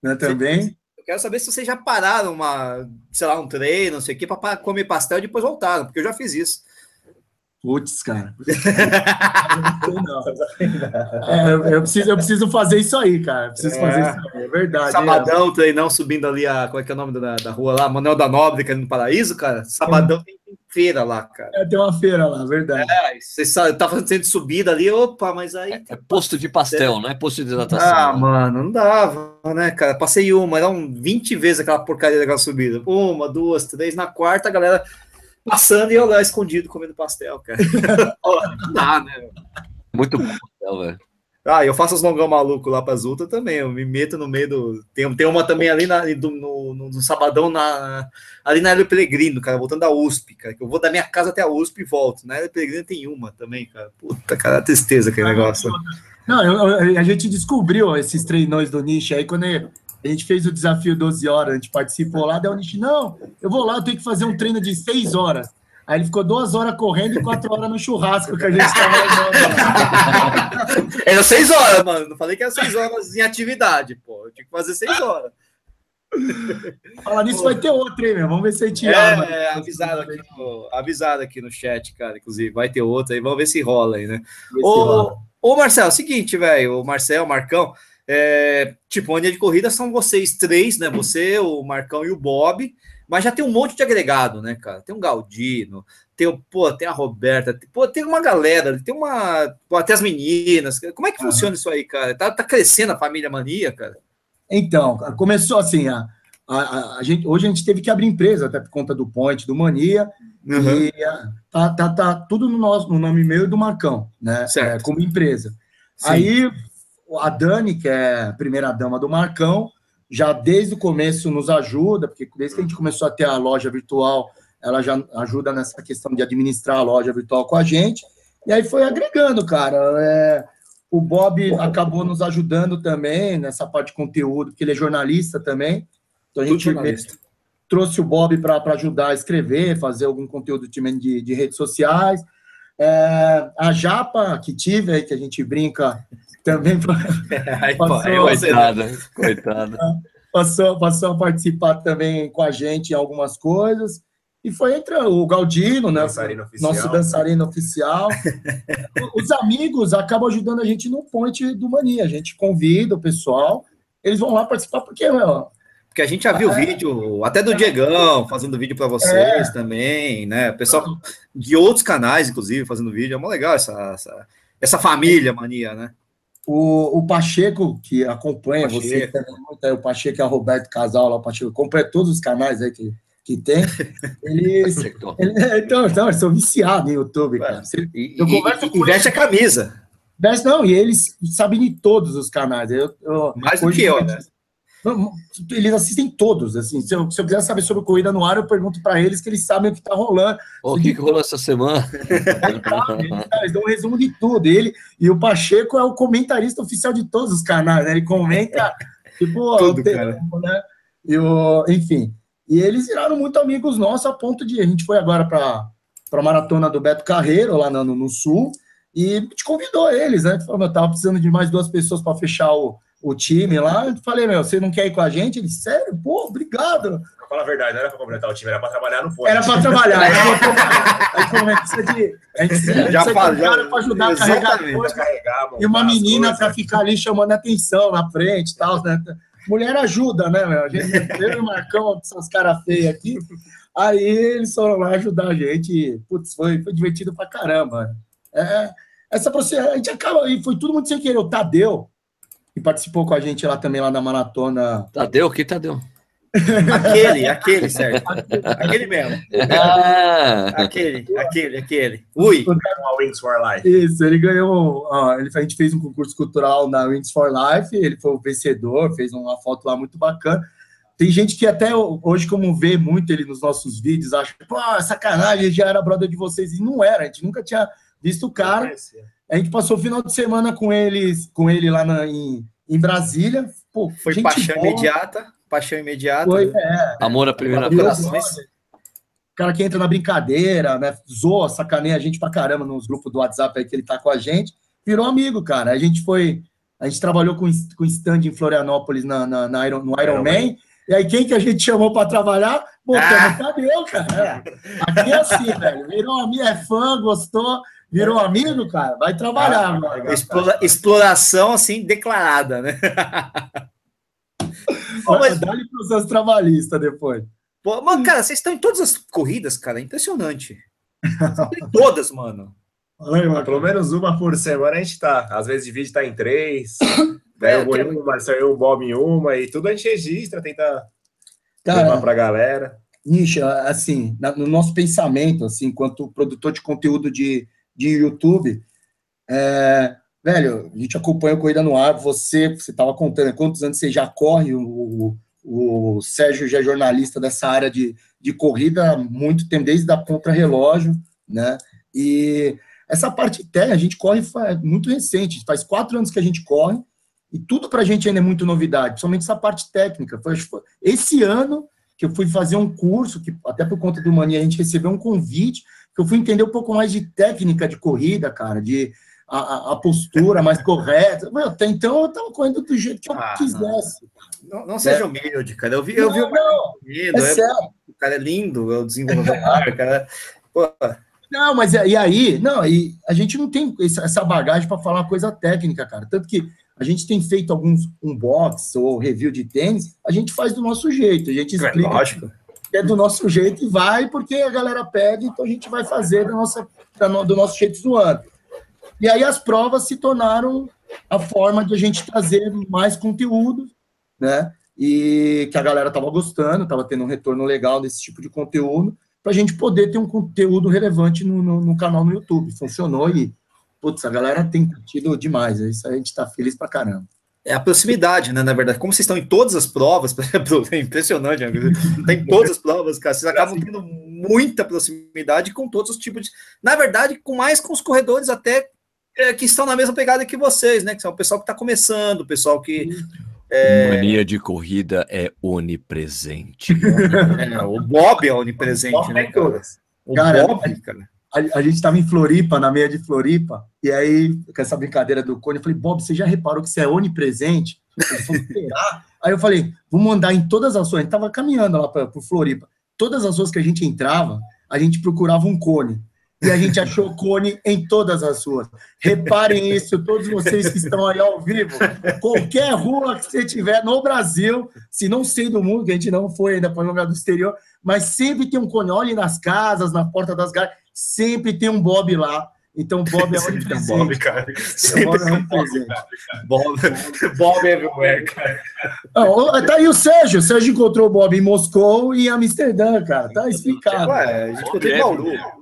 S1: né, também.
S2: Eu quero saber se vocês já pararam uma, sei lá, um treino, não sei o quê, para comer pastel e depois voltaram, porque eu já fiz isso.
S1: Putz, cara. Eu não, sei, não. É, eu- eu, preciso, eu preciso fazer isso aí, cara. Eu preciso
S2: É.
S1: fazer isso aí. É verdade.
S2: Sabadão, treinão subindo ali a. Qual é que é o nome da, da rua lá? Manuel da Nobre, que é no Paraíso, cara. Sabadão tem feira lá, cara.
S1: É, tem uma feira lá, verdade.
S2: É, Você sabe, tava sendo subida ali, opa, mas aí.
S4: É posto de pastel, não é posto de hidratação.
S2: Ah,
S4: né?
S2: mano, não dava, né, cara? Passei uma, eram 20 vezes aquela porcaria daquela subida. Uma, duas, três, na quarta, a galera passando e eu lá escondido comendo pastel, cara. Ó, não dá, né?
S4: Muito bom pastel, velho.
S2: Ah, eu faço os longão maluco lá para as ultras também. Eu me meto no meio do. Tem, tem uma também ali na, do- no, no- no sabadão, na, ali na Hélio Pelegrino, cara, voltando da USP, cara. Que eu vou da minha casa até a USP e volto. Na Hélio Pelegrino tem uma também, cara. Puta, cara, tristeza aquele negócio.
S1: Não, eu- eu- a gente descobriu esses treinões do Nish aí quando a gente fez o desafio 12 horas, a gente participou lá, daí o Nish, não, eu vou lá, eu tenho que fazer um treino de 6 horas. Aí ele ficou duas horas correndo e quatro horas no churrasco que a gente estava
S2: Era seis horas, mano. Não falei que era seis horas em atividade, pô. Eu tinha que fazer seis horas.
S1: Falar nisso, vai ter outro, hein, meu? Vamos ver se a gente arma.
S2: É, avisado aqui, no, avisado aqui no chat, cara. Inclusive, vai ter outra aí. Vamos ver se rola aí, né? Ô, ô Marcel, seguinte, velho, o Marcel, o Marcão, é, tipo, mania de corrida são vocês três, né? Você, o Marcão e o Bob, mas já tem um monte de agregado, né, cara? Tem um Galdino, tem o, pô, tem a Roberta, tem- pô, tem uma galera, tem uma, pô, até as meninas. Como é que funciona isso aí, cara? Tá, tá crescendo a família mania, cara?
S1: Então, começou assim, a, a- a- a gente, hoje a gente teve que abrir empresa, até por conta do Point, do Mania,
S2: Uhum.
S1: E ah, tá, tá, tá tudo no, nosso, no nome meu e do Marcão, né?
S2: Certo.
S1: É, como empresa.
S2: Sim.
S1: Aí a Dani, que é a primeira dama do Marcão, já desde o começo nos ajuda, porque desde que a gente começou a ter a loja virtual, ela já ajuda nessa questão de administrar a loja virtual com a gente. E aí foi agregando, cara. É, o Bob acabou nos ajudando também nessa parte de conteúdo, porque ele é jornalista também. Então a
S2: Tudo
S1: gente
S2: jornalista.
S1: trouxe o Bob para ajudar a escrever, fazer algum conteúdo de, de, de redes sociais. É, a Japa que tive aí, que a gente brinca também
S2: Aí, pô,
S1: Passou.
S2: aí você-
S4: Coitada, coitada.
S1: passou, passou a participar também com a gente em algumas coisas. E foi entre o Galdino, né?
S3: Dançarino oficial.
S1: nosso dançarino oficial. Os amigos acabam ajudando a gente no ponte do Mania. A gente convida o pessoal, eles vão lá participar, porque né, meu,
S2: Porque a gente já
S1: É.
S2: viu o vídeo, até do Diegão, fazendo vídeo para vocês também, né? O Pessoal de outros canais, inclusive, fazendo vídeo. É mó legal essa, essa, essa família mania, né?
S1: O, o Pacheco, que acompanha
S2: Pacheco.
S1: você também muito, aí, o Pacheco é o Roberto Casal, lá, o Pacheco acompanha todos os canais aí que, que tem. Ele,
S4: Acertou.
S1: ele- então, então, eu sou viciado em YouTube, cara. Você-
S2: E,
S1: Eu
S2: e-
S1: converso
S2: e
S1: com
S2: veste a camisa,
S1: Mas não, e eles sabem de todos os canais. Eu, eu-
S2: mais do
S1: hoje-
S2: que eu, né?
S1: Não, Eles assistem todos, assim. Se eu, se eu quiser saber sobre Corrida no Ar, eu pergunto para eles que eles sabem o que está rolando.
S4: Ô, O que, que rolou essa semana?
S1: Cara, Eles dão um resumo de tudo. E Ele, e o Pacheco é o comentarista oficial de todos os canais, né? Ele comenta, tipo,
S2: Tudo,
S1: o tempo,
S2: cara.
S1: né? E o, enfim. E eles viraram muito amigos nossos a ponto de. A gente foi agora para a maratona do Beto Carreiro, lá no, no Sul, e te convidou eles, né? Falou, meu, eu tava precisando de mais duas pessoas para fechar o, o time lá. Eu falei, meu, você não quer ir com a gente? Ele, sério? Pô, obrigado.
S3: Pra falar a verdade, não era pra completar o time, era pra trabalhar no ponto.
S1: Era para trabalhar. Aí como é que precisa de. A gente precisa
S2: Já
S1: de um
S2: fala, já-
S1: cara para ajudar a carregar
S2: exatamente.
S1: coisa.
S3: Pra carregar, montar
S1: E uma
S3: as
S1: menina
S3: coisas.
S1: para ficar ali chamando atenção na frente e tal, né? Mulher ajuda, né, meu? A gente, eu e o Marcão, essas caras feias aqui. Aí eles foram lá ajudar a gente. e, Putz, foi, foi divertido pra caramba. É, essa proximidade, a gente acaba, e foi tudo muito sem querer. O Tadeu, que participou com a gente lá também, lá na maratona.
S4: Tadeu, que Tadeu?
S2: Aquele, aquele, certo. Aquele mesmo.
S4: Ah,
S2: Aquele, aquele, aquele. Ui,
S3: Uma Wings for Life.
S1: Isso, ele ganhou. ó, ele, a gente fez um concurso cultural na Wings for Life, ele foi o vencedor, fez uma foto lá muito bacana. Tem gente que até ho- hoje, como vê muito ele nos nossos vídeos, acha, pô, sacanagem, ele já era brother de vocês. E não era, a gente nunca tinha visto o cara. A gente passou o final de semana com eles, com ele lá na- em, em Brasília. Pô,
S2: foi
S1: gente
S2: paixão né?
S1: boa,
S2: imediata. Paixão imediata.
S1: Foi, é.
S4: É, amor à
S1: Meu
S4: primeira vez.
S2: Corações.
S1: brother. O cara que entra na brincadeira, né? Zoa, sacaneia a gente pra caramba nos grupos do WhatsApp aí que ele tá com a gente. Virou amigo, cara. A gente foi. A gente trabalhou com, com stand em Florianópolis na, na, na Iron, no Iron
S3: Iron
S1: Man. E aí, quem que a gente chamou para trabalhar?
S2: Ah!
S1: Botamos o cabelo, cara. É. Aqui é assim, velho. Virou amigo, é fã, gostou, virou amigo, cara. Vai trabalhar,
S2: Ah,
S1: mano.
S2: Explora- exploração, assim, declarada, né? Ô, mas-
S1: Dá-lhe processo trabalhista depois.
S2: Pô, mano, cara, vocês estão em todas as corridas, cara. É impressionante. Vocês estão em todas, mano.
S1: Olha, mano.
S3: Pelo menos uma por semana a gente tá. Às vezes divide, tá em três. Daí
S2: É,
S3: eu vou
S2: que-
S3: em uma, o Marcelo e o Bob em uma, e tudo a gente registra, tenta levar
S2: Tá, é.
S1: Cara,
S3: pra galera.
S1: Nisha, assim, na- no nosso pensamento, assim, enquanto produtor de conteúdo de, de YouTube, é, velho, a gente acompanha o Corrida no Ar, você, você estava contando quantos anos você já corre, o, o, o Sérgio já é jornalista dessa área de, de corrida há muito tempo, desde a contra-relógio, né? E essa parte técnica, a gente corre fa- é muito recente, faz quatro anos que a gente corre, e tudo pra gente ainda é muito novidade, principalmente essa parte técnica. Foi, acho que foi- esse ano que eu fui fazer um curso, que até por conta do Mania a gente recebeu um convite, que eu fui entender um pouco mais de técnica de corrida, cara, de a, a- a postura mais correta. Meu, até então eu tava correndo do jeito que eu
S2: Ah,
S1: quisesse.
S2: Não, não seja humilde, cara. Eu vi, eu vi
S1: É. Não,
S2: o
S1: não,
S2: Medo,
S1: é
S2: é,
S1: sério.
S2: o cara é lindo, é o desenvolvedor, cara. é, Pô,
S1: Não, mas e aí? Não, e a gente não tem essa essa bagagem para falar coisa técnica, cara. Tanto que a gente tem feito alguns unbox ou review de tênis, a gente faz do nosso jeito, a gente
S2: é
S1: explica
S2: lógico.
S1: que é do nosso jeito e vai, porque a galera pede, então a gente vai fazer da nossa, da no- do nosso jeito zoando. E aí as provas se tornaram a forma de a gente trazer mais conteúdo, né? E que a galera tava gostando, tava tendo um retorno legal desse tipo de conteúdo, para a gente poder ter um conteúdo relevante no, no, no canal no YouTube. Funcionou e, putz, a galera tem curtido demais. é Isso aí a gente tá feliz pra caramba.
S2: É a proximidade, né? Na verdade, como vocês estão em todas as provas, por exemplo, é impressionante, né? tem todas as provas, cara. Vocês acabam tendo muita proximidade com todos os tipos de. Na verdade, com mais com os corredores até é, que estão na mesma pegada que vocês, né? Que são o pessoal que está começando, o pessoal que.
S4: Mania de corrida é onipresente.
S2: é, o Bob é onipresente, né, cara? O
S1: Cara,
S2: Bob, cara.
S1: A, a gente estava em Floripa, na meia de Floripa, e aí, com essa brincadeira do Cone, eu falei, Bob, você já reparou que você é onipresente? Ele falou, Será? aí eu falei, vou mandar em todas as ruas, a gente tava caminhando lá para pro Floripa, todas as ruas que a gente entrava, a gente procurava um cone. E a gente achou cone em todas as ruas. Reparem isso, todos vocês que estão aí ao vivo. Qualquer rua que você tiver no Brasil, se não sei do mundo, que a gente não foi ainda para o lugar do exterior, mas sempre tem um cone. Olhem nas casas, na porta das galas, sempre tem um Bob lá. Então, Bob é
S2: Sempre
S1: onipresente.
S2: tem o Bob, cara. Sempre
S1: Bob é
S2: tem o Bob.
S1: onipresente.
S2: Bob, Bob everywhere, cara.
S1: Ah, o- tá aí o Sérgio. O Sérgio encontrou o Bob em Moscou e em Amsterdã, cara. Tá explicado.
S2: Ué, a gente encontrou em Bauru.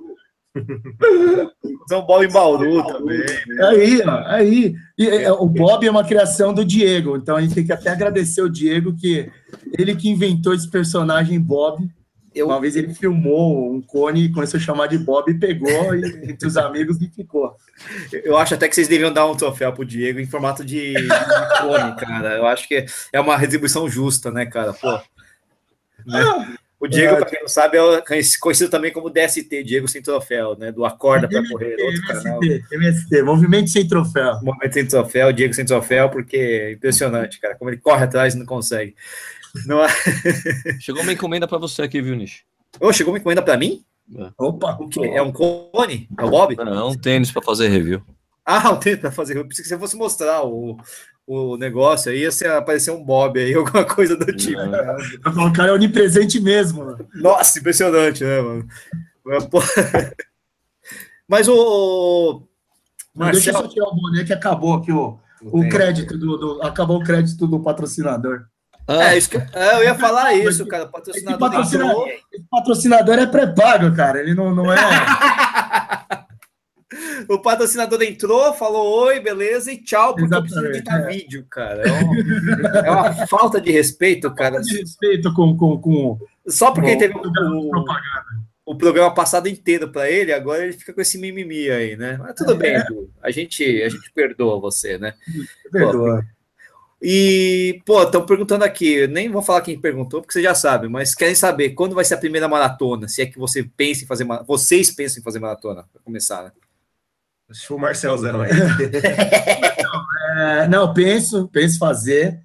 S2: São Paulo em Bauru também.
S1: É Aí, ó, aí. E, é, o Bob é uma criação do Diego, então a gente tem que até agradecer o Diego, que ele que inventou esse personagem Bob.
S2: Eu-
S1: Uma vez ele filmou um cone e começou a chamar de Bob e pegou e, entre os amigos e ficou.
S2: Eu acho até que vocês deviam dar um troféu pro Diego em formato de de clone, cara. Eu acho que é uma retribuição justa, né, cara? Pô. Né? O Diego, pra quem não sabe, é o- conhecido também como DST, Diego sem troféu, né? Do Acorda pra Correr, outro canal.
S1: MST, MST, Movimento Sem Troféu.
S2: Momento sem troféu, Diego sem troféu, porque é impressionante, cara. Como ele corre atrás e não consegue. Não... é-
S4: Chegou uma encomenda pra você aqui, viu, Nish?
S2: Ô, chegou uma encomenda pra mim?
S1: Opa,
S2: O quê? É um clone? É o Bob?
S4: Não, um tênis pra fazer review.
S2: Ah, o tempo para fazer. Eu pensei que você fosse mostrar o, o negócio aí, ia ser- aparecer um Bob aí, alguma coisa do tipo.
S4: Né?
S1: o cara é onipresente mesmo. mano.
S2: Nossa, impressionante, né, mano? Mas, pô- Mas o.
S1: Mas deixa eu só
S2: Marcelo,
S1: tirar o boné que acabou aqui, ó. O crédito do, do- Acabou o crédito do patrocinador.
S4: Ah,
S2: É, isso que- é, eu ia falar isso, cara. Patrocinador.
S1: Esse patrocinador- Esse patrocinador é pré-pago, cara. Ele não, não é.
S2: O patrocinador entrou, falou oi, beleza, e tchau, porque eu preciso
S1: Exatamente,
S2: editar vídeo, cara. É, um- é uma falta de respeito, cara.
S1: de respeito com, com, com...
S2: Só porque
S1: Bom,
S2: teve um o,
S1: propaganda.
S2: o programa passado inteiro para ele, agora ele fica com esse mimimi aí, né? Mas tudo bem, Edu. A gente, a gente perdoa você, né?
S1: Perdoa.
S2: E, pô, estão perguntando aqui, eu nem vou falar quem perguntou, porque você já sabe, mas querem saber quando vai ser a primeira maratona, se é que você pensa em fazer ma- vocês pensam em fazer maratona, para começar, né?
S3: Acho que o Marcelzão aí.
S1: É, não, penso, penso fazer.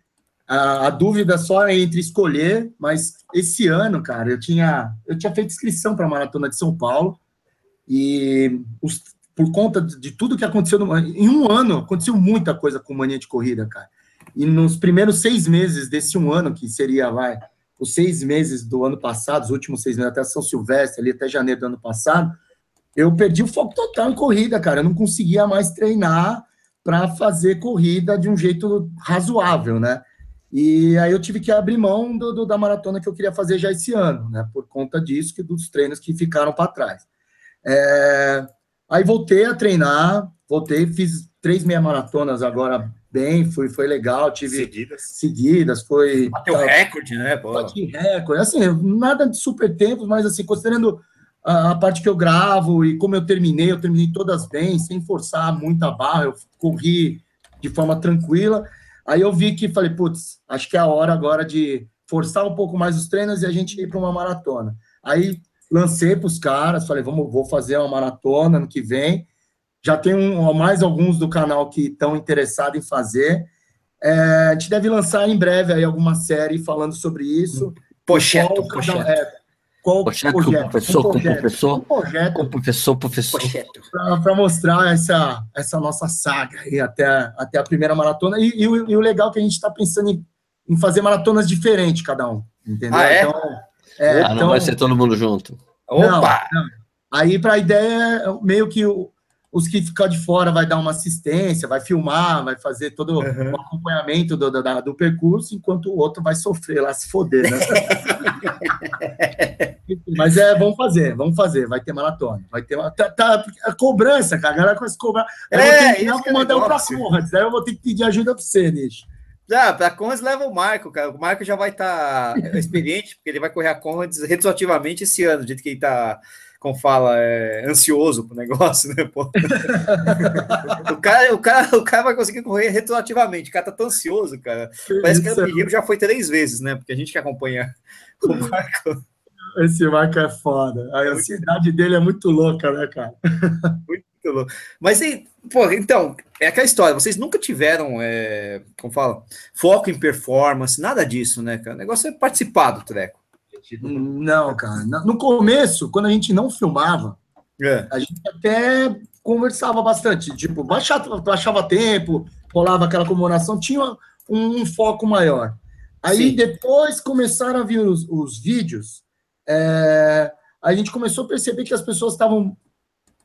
S1: A, a dúvida só é entre escolher, mas esse ano, cara, eu tinha, eu tinha feito inscrição para a Maratona de São Paulo e os- por conta de de tudo que aconteceu, no- em um ano aconteceu muita coisa com mania de corrida, cara. E nos primeiros seis meses desse um ano, que seria, vai, os seis meses do ano passado, os últimos seis meses, até São Silvestre, ali até janeiro do ano passado, eu perdi o foco total em corrida, cara. Eu não conseguia mais treinar para fazer corrida de um jeito razoável, né? E aí eu tive que abrir mão do, do- da maratona que eu queria fazer já esse ano, né? Por conta disso, que dos treinos que ficaram para trás. É, Aí voltei a treinar, voltei, fiz três meia maratonas agora bem, foi, foi legal, tive
S3: Seguidas.
S1: seguidas, foi.
S2: Bateu
S1: tá-
S2: recorde, né? Pô?
S1: Bati recorde. Assim, nada de super tempos, mas assim, considerando a, a parte que eu gravo e como eu terminei, eu terminei todas bem, sem forçar muita barra, eu corri de forma tranquila. Aí eu vi que falei, putz, acho que é a hora agora de forçar um pouco mais os treinos e a gente ir para uma maratona. Aí lancei para os caras, falei, vamos, vou fazer uma maratona ano que vem. Já tem um, mais alguns do canal que estão interessados em fazer. É, a gente deve lançar em breve aí alguma série falando sobre isso.
S2: Pocheto,
S1: Qual
S2: pocheto.
S1: cada- é, qual
S4: Pocheto, com
S1: projeto?
S4: o professor,
S1: um
S4: com o
S1: projeto,
S4: professor.
S1: um projeto
S4: Ô, professor, professor.
S2: Pocheto.
S1: para mostrar essa, essa nossa saga aí até, até a primeira maratona. E, e o, e o legal é que a gente está pensando em, em fazer maratonas diferentes, cada um. Entendeu?
S2: Ah, é?
S1: Então, é,
S4: ah, não
S1: então-
S4: vai ser todo mundo junto.
S2: Opa!
S1: Aí para a ideia é meio que o- os que ficar de fora vai dar uma assistência, vai filmar, vai fazer todo
S2: Uhum.
S1: o acompanhamento do, do, da- do percurso, enquanto o outro vai sofrer lá, se foder, né? Mas é, vamos fazer, vamos fazer, vai ter maratona, vai ter uma- tá, tá- a cobrança, cara, a galera começa a cobrar. Eu
S2: É,
S1: vou ter que
S2: isso
S1: eu
S2: que
S1: vou
S2: é
S1: mandar um pra
S2: negócio.
S1: Conrads, aí eu vou ter que pedir ajuda pra você, Nish.
S2: Ah, pra Conrads leva o Marco, cara. O Marco já vai estar experiente, porque ele vai correr a Conrads retroativamente esse ano, do jeito que ele tá, como fala, é, ansioso pro negócio, né? pô? o, cara, o, cara, o cara vai conseguir correr retroativamente. O cara tá tão ansioso, cara. Parece que
S1: é
S2: o pedido já foi três vezes, né? Porque a gente que acompanha o Marco.
S1: Esse Marco é foda. A ansiedade dele é muito louca, né, cara?
S2: muito louco. Mas, e, pô, então, é aquela história. Vocês nunca tiveram, é, como fala, foco em performance, nada disso, né, cara? O negócio é participar do treco.
S1: Não, cara. na- No começo, quando a gente não filmava,
S2: É.
S1: a gente até conversava bastante, tipo, baixava, baixava tempo, rolava aquela comemoração, tinha um, um foco maior. Aí
S2: Sim.
S1: depois começaram a vir os, os vídeos, é, a gente começou a perceber que as pessoas estavam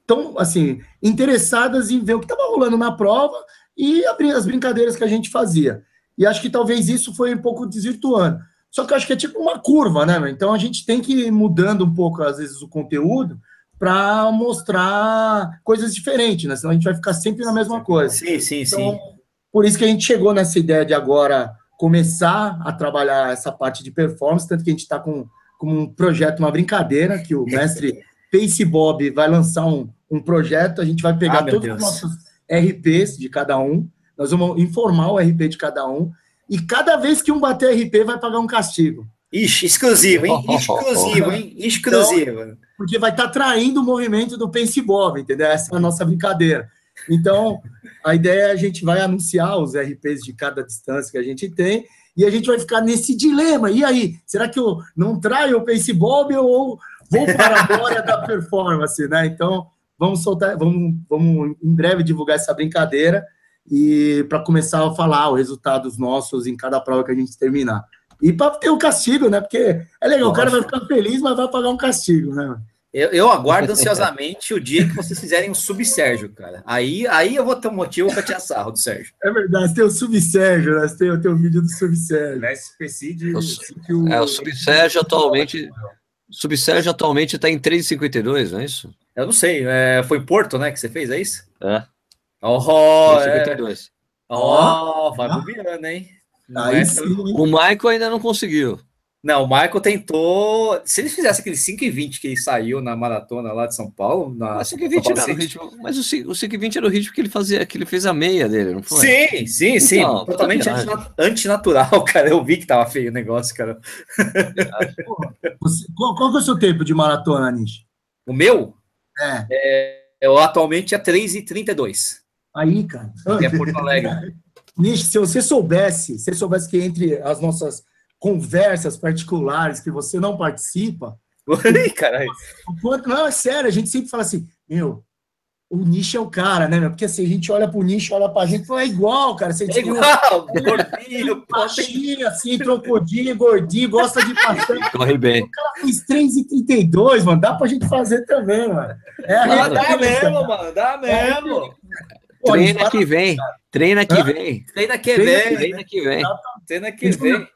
S1: tão, assim, interessadas em ver o que estava rolando na prova e a brin- as brincadeiras que a gente fazia. E acho que talvez isso foi um pouco desvirtuando. Só que eu acho que é tipo uma curva, né? meu? Então a gente tem que ir mudando um pouco, às vezes, o conteúdo para mostrar coisas diferentes, né? Senão a gente vai ficar sempre na mesma coisa.
S2: Sim, sim, sim.
S1: Então, por isso que a gente chegou nessa ideia de agora começar a trabalhar essa parte de performance, tanto que a gente está com, com um projeto, uma brincadeira, que o mestre Pace Bob vai lançar um, um projeto, a gente vai pegar
S2: Ah, meu
S1: todos
S2: Deus.
S1: os nossos RPs de cada um, nós vamos informar o RP de cada um, e cada vez que um bater RP vai pagar um castigo.
S2: Ixi, exclusivo, hein? Exclusivo, hein? Exclusivo.
S1: porque vai estar traindo o movimento do Pense Bob, entendeu? Essa é a nossa brincadeira. Então, a ideia é a gente vai anunciar os RPs de cada distância que a gente tem e a gente vai ficar nesse dilema. E aí, será que eu não traio o Pense Bob ou vou para a glória da performance, né? Então, vamos soltar, vamos, vamos em breve divulgar essa brincadeira e para começar a falar os resultados nossos em cada prova que a gente terminar. E para ter o castigo, né? Porque é legal, o cara vai ficar feliz, mas vai pagar um castigo, né?
S2: Eu, eu aguardo ansiosamente o dia que vocês fizerem um sub-Sérgio, cara. Aí, aí eu vou ter um motivo pra tirar sarro do Sérgio.
S1: É verdade, tem o Subsérgio, né? tem, tem o vídeo do Subsérgio.
S3: Na espécie Né, de.
S4: Eu-
S3: sítio-
S4: É, o Subsérgio atualmente. Subsérgio atualmente está em 3,52, não é isso?
S2: Eu não sei, é, foi em Porto, né, que você fez, é isso?
S4: É.
S2: Oh, é.
S4: 3,52.
S2: oh vai bobeando, hein? Não, é-
S1: Aí sim,
S4: O Michael ainda não conseguiu.
S2: não, o Michael tentou. Se ele fizesse aquele 5 e 20 que ele saiu na maratona lá de São Paulo, na
S4: Mas o
S2: São
S4: 5,20
S2: Paulo
S4: era o
S2: City.
S4: ritmo. Mas o 5 o 5,20 era o ritmo que ele fazia, que ele fez a meia dele, não foi?
S2: Sim, sim, sim.
S4: Então, puta
S2: Totalmente
S4: viagem.
S2: antina- antinatural, cara. Eu vi que tava feio o negócio, cara.
S1: né? você- qual, qual que é o seu tempo de maratona, Nish?
S2: O meu,
S1: É,
S2: eu atualmente é 3h32.
S1: aí, cara.
S2: É Porto Alegre.
S1: Nish, se você soubesse, se soubesse que entre as nossas conversas particulares que você não participa,
S2: Ih, caralho.
S1: o quanto. Não, é sério, a gente sempre fala assim, meu, o Nish é o cara, né, meu? Porque assim, a gente olha pro Nish, olha pra gente, fala, é igual, cara. Você
S2: É igual, gordinho, pobre.
S1: Baixinho, assim, trocodinho, gordinho, gosta de pastel.
S4: Corre bem.
S1: O cara fez 3,32, mano. Dá pra gente fazer também, mano. É a
S4: Claro.
S2: Dá
S1: realidade, cara.
S2: mesmo, mano, dá mesmo.
S1: Pô, a gente
S4: Treina que vem. Treina que vem.
S2: Treina que vem,
S4: Treina que vem.
S2: treina que vem.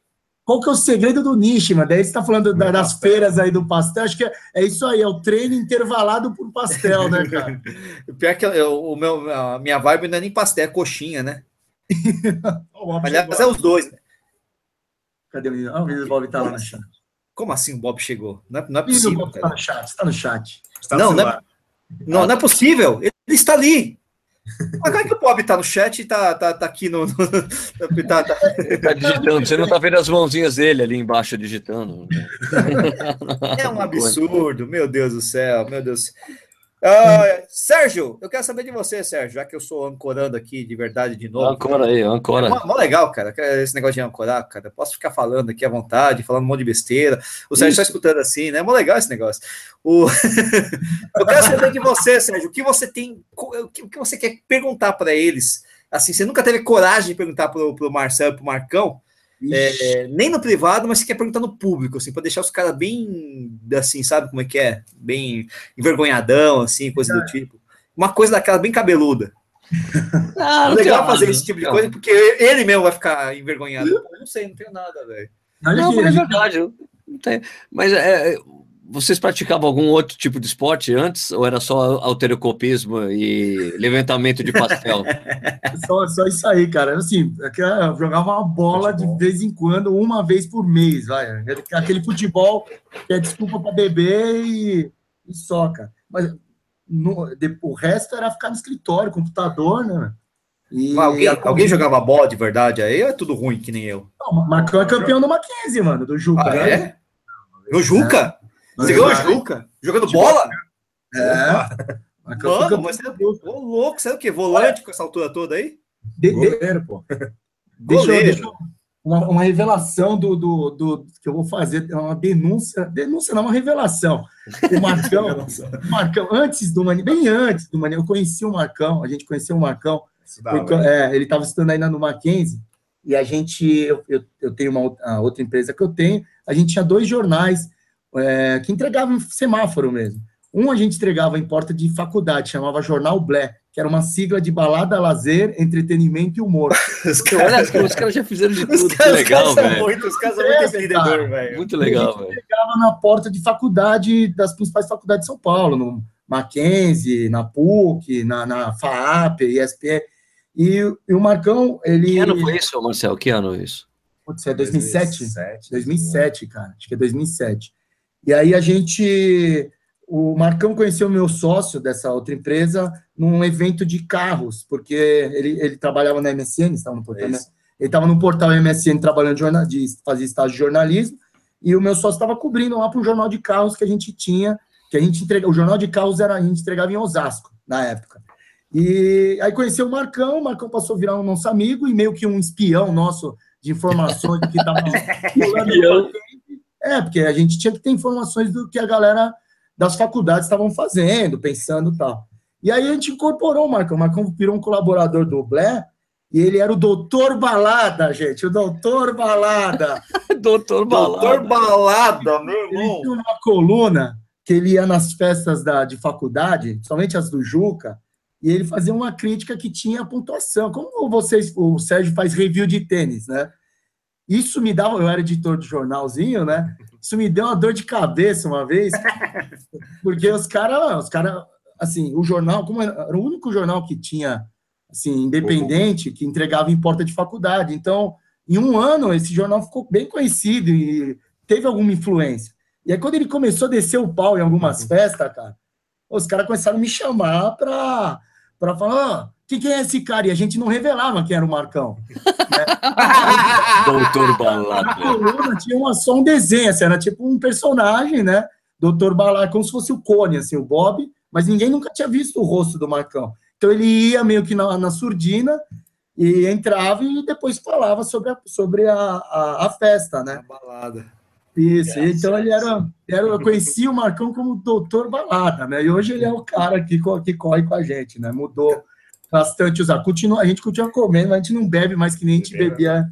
S1: Qual que é o segredo do nicho, mano? Daí você tá falando da- das feiras aí do pastel. Acho que é, é isso aí, é o treino intervalado por pastel, né, cara?
S2: O pior é que eu- o meu, a minha vibe não é nem pastel, é coxinha, né? Aliás, é os dois. né?
S1: Cadê o menino? Ah, o menino Bob tá lá no chat.
S2: Como assim o Bob chegou? Não é, não é
S1: O menino
S2: possível,
S1: Bob tá
S2: cara.
S1: no chat, você tá no chat.
S2: Não, né? Não, não é possível. Ele está ali. Mas como é que o Bob tá no chat e tá, tá, tá aqui no. no- no- tá- tá-
S4: Tá digitando. Você não tá vendo as mãozinhas dele ali embaixo digitando. né?
S2: É um absurdo, meu Deus do céu, meu Deus. Ah, Sérgio, eu quero saber de você, Sérgio, já que eu sou ancorando aqui de verdade de novo.
S4: Ancora aí, ancora.
S2: Mó, mó legal, cara, é esse negócio de ancorar, cara. Eu Posso ficar falando aqui à vontade, falando um monte de besteira. O Sérgio só escutando assim, né? Mó legal esse negócio. O... eu quero saber de você, Sérgio, o que você tem, o que o que você quer perguntar para eles? Assim, você nunca teve coragem de perguntar pro, pro Marcelo, pro Marcão, é, nem no privado, mas você quer perguntar no público, assim, para deixar os caras bem, assim, sabe como é que é? Bem envergonhadão, assim, coisa
S4: É.
S2: do tipo. Uma coisa daquela bem cabeluda.
S4: Ah,
S2: É
S4: não tem
S2: legal
S4: nada,
S2: fazer esse tipo de
S4: não.
S2: coisa, porque ele mesmo vai ficar envergonhado. Eu não sei, não tenho nada, velho.
S1: Olha
S4: Não,
S1: aqui,
S4: mas
S1: a
S4: é
S1: gente-
S4: verdade. eu não tenho. Mas é, é, vocês praticavam algum outro tipo de esporte antes? Ou era só alterocopismo e levantamento de pastel?
S1: Só, só isso aí, cara. Assim, é que eu jogava uma bola de
S3: Futebol.
S1: vez em quando, uma vez por mês, vai. Aquele- Aquele futebol que é desculpa para beber e, e só, cara. Mas no- de- o resto era ficar no escritório, computador, né? E
S2: Mas alguém,
S1: a comida-
S2: alguém jogava bola de verdade aí ou é tudo ruim que nem eu?
S1: Não, o Marcão é campeão do Mackenzie, mano, do Juca.
S2: Ah,
S1: né?
S2: é? No Juca? Você ganhou o Juca? Jogando
S4: Tipo,
S2: bola?
S1: É. Marcão foi
S2: Mano,
S1: campeão
S2: mas você é ô, louco, você é o quê? Volante com essa altura toda aí?
S1: de, de,
S3: Goleiro, pô.
S1: Deixa eu-
S2: Goleiro.
S1: deixa eu- uma, uma revelação do, do, do- que eu vou fazer, é uma denúncia, denúncia não, uma revelação. O Marcão, o Marcão antes do Mani, bem antes do Mani, eu conheci o Marcão, a gente conheceu o Marcão,
S3: Estudava.
S1: porque, é, ele estava estudando ainda no Mackenzie, e a gente, eu, eu, eu tenho uma ou- a outra empresa que eu tenho, a gente tinha dois jornais é, que entregavam em semáforo mesmo. Um a gente entregava em porta de faculdade, chamava Jornal Blé, que era uma sigla de balada, lazer, entretenimento e humor.
S2: Os
S4: Olha,
S2: caras
S4: os os caras já fizeram de
S2: os
S4: tudo. Que
S2: caras- os caras
S4: legal,
S2: são
S4: velho.
S2: muito, os caras são muito
S1: É,
S2: entendedor, velho.
S4: Muito legal, velho.
S1: ficava tá na porta de faculdade, das principais faculdades de São Paulo, no Mackenzie, na PUC, na, na FAAP, ISP. E, e o Marcão, ele.
S4: Que ano foi isso, Marcelo? Que ano é isso?
S1: Putz, é 2007?
S3: 2007.
S1: 2007, cara. Acho que é 2007. E aí a gente. O Marcão conheceu o meu sócio dessa outra empresa num evento de carros, porque ele, ele trabalhava na MSN, estava no portal,
S3: É
S1: né?
S3: isso.
S1: Ele estava no portal MSN trabalhando de, jornal, de fazia estágio de jornalismo, e o meu sócio estava cobrindo lá para um jornal de carros que a gente tinha, que a gente entregava. O jornal de carros era, a gente entregava em Osasco na época. E aí conheceu o Marcão, o Marcão passou a virar um nosso amigo e meio que um espião nosso de informações do que estava É, porque a gente tinha que ter informações do que a galera das faculdades estavam fazendo, pensando e tal. E aí a gente incorporou o Marcão. O Marcão virou um colaborador do Blé e ele era o doutor Balada, gente. O doutor Balada.
S4: Doutor
S2: Doutor
S4: Balada.
S2: Balada, meu
S1: Ele
S2: irmão.
S1: tinha uma coluna que ele ia nas festas da, de faculdade, somente as do Juca, e ele fazia uma crítica que tinha pontuação. Como vocês, o Sérgio faz review de tênis, né? Isso me dava, eu era editor de jornalzinho, né? Isso me deu uma dor de cabeça uma vez, porque os caras, os cara, assim, o jornal, como era, era o único jornal que tinha, assim, independente, que entregava em porta de faculdade. Então, em um ano, esse jornal ficou bem conhecido e teve alguma influência. E aí, quando ele começou a descer o pau em algumas festas, cara, os caras começaram a me chamar pra, pra falar: "Ó, que quem é esse cara? E a gente não revelava quem era o Marcão.
S4: Doutor
S1: A
S4: Balada.
S1: coluna tinha uma, só um desenho, assim, era tipo um personagem, né? Doutor Balar, como se fosse o Cone, assim, o Bob, mas ninguém nunca tinha visto o rosto do Marcão. Então ele ia meio que na, na surdina, e entrava e depois falava sobre a, sobre a, a, a festa, né?
S2: A balada.
S1: Isso, então ele era, era. Eu conheci o Marcão como Doutor Balada, né? E hoje ele é o cara que, co- que corre com a gente, né? Mudou bastante os ar. Continua, a gente continua comendo, mas a gente não bebe mais que nem a gente
S3: Bebeu, né?
S1: bebia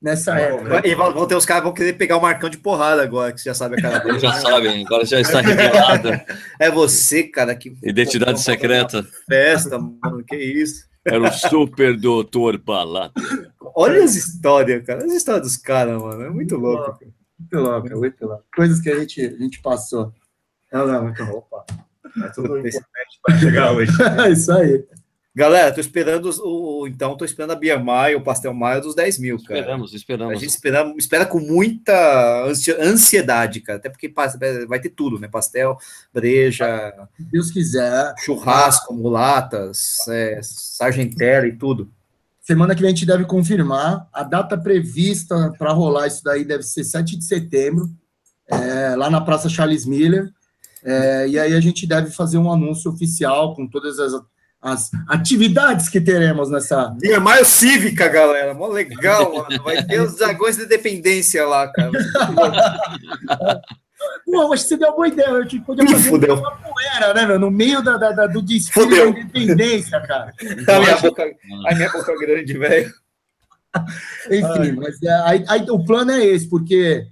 S1: nessa
S3: É,
S1: época.
S2: E vão vão ter os caras que vão querer pegar o Marcão de porrada agora, que você já sabe a cara dele.
S4: Eles já sabem, agora já está revelada.
S2: É você, cara, que.
S4: Identidade
S2: Pô,
S4: secreta.
S2: Festa, mano, que isso.
S4: Era o super doutor Balata.
S2: Olha as histórias, cara. As histórias dos caras, mano. É muito louco. cara.
S1: Muito louca, muito louca. Coisas que a gente, a gente passou. Não, não, muito louco.
S3: É
S2: tá
S3: tudo importante para chegar hoje.
S1: É isso aí.
S2: Galera, tô esperando os- o. o- Então, tô esperando a Bia Maia, o Pastel Maia dos 10 mil, cara.
S4: Esperamos,
S2: A
S4: esperamos.
S2: gente espera, espera com muita ansi- ansiedade, cara. Até porque passa- vai ter tudo, né? Pastel, breja,
S1: Se Deus quiser.
S2: churrasco, mulatas, é, sargentela e tudo.
S1: Semana que vem a gente deve confirmar. A data prevista para rolar isso daí deve ser 7 de setembro, é, lá na Praça Charles Miller. É, e aí a gente deve fazer um anúncio oficial com todas as, as atividades que teremos nessa.
S2: Bia Maia é cívica, galera. Mó legal, mano. Vai ter os dragões de dependência lá, cara.
S1: Pô, acho que você deu uma boa ideia. Eu tipo, podia
S2: Ih,
S1: fazer
S2: fudeu.
S1: uma poeira, né, meu? No meio da, da- da- do desfile
S2: Fudeu.
S1: da independência, cara.
S2: A Tá, minha boca, a minha boca é grande, velho.
S1: Enfim, mas é, aí, aí o plano é esse, porque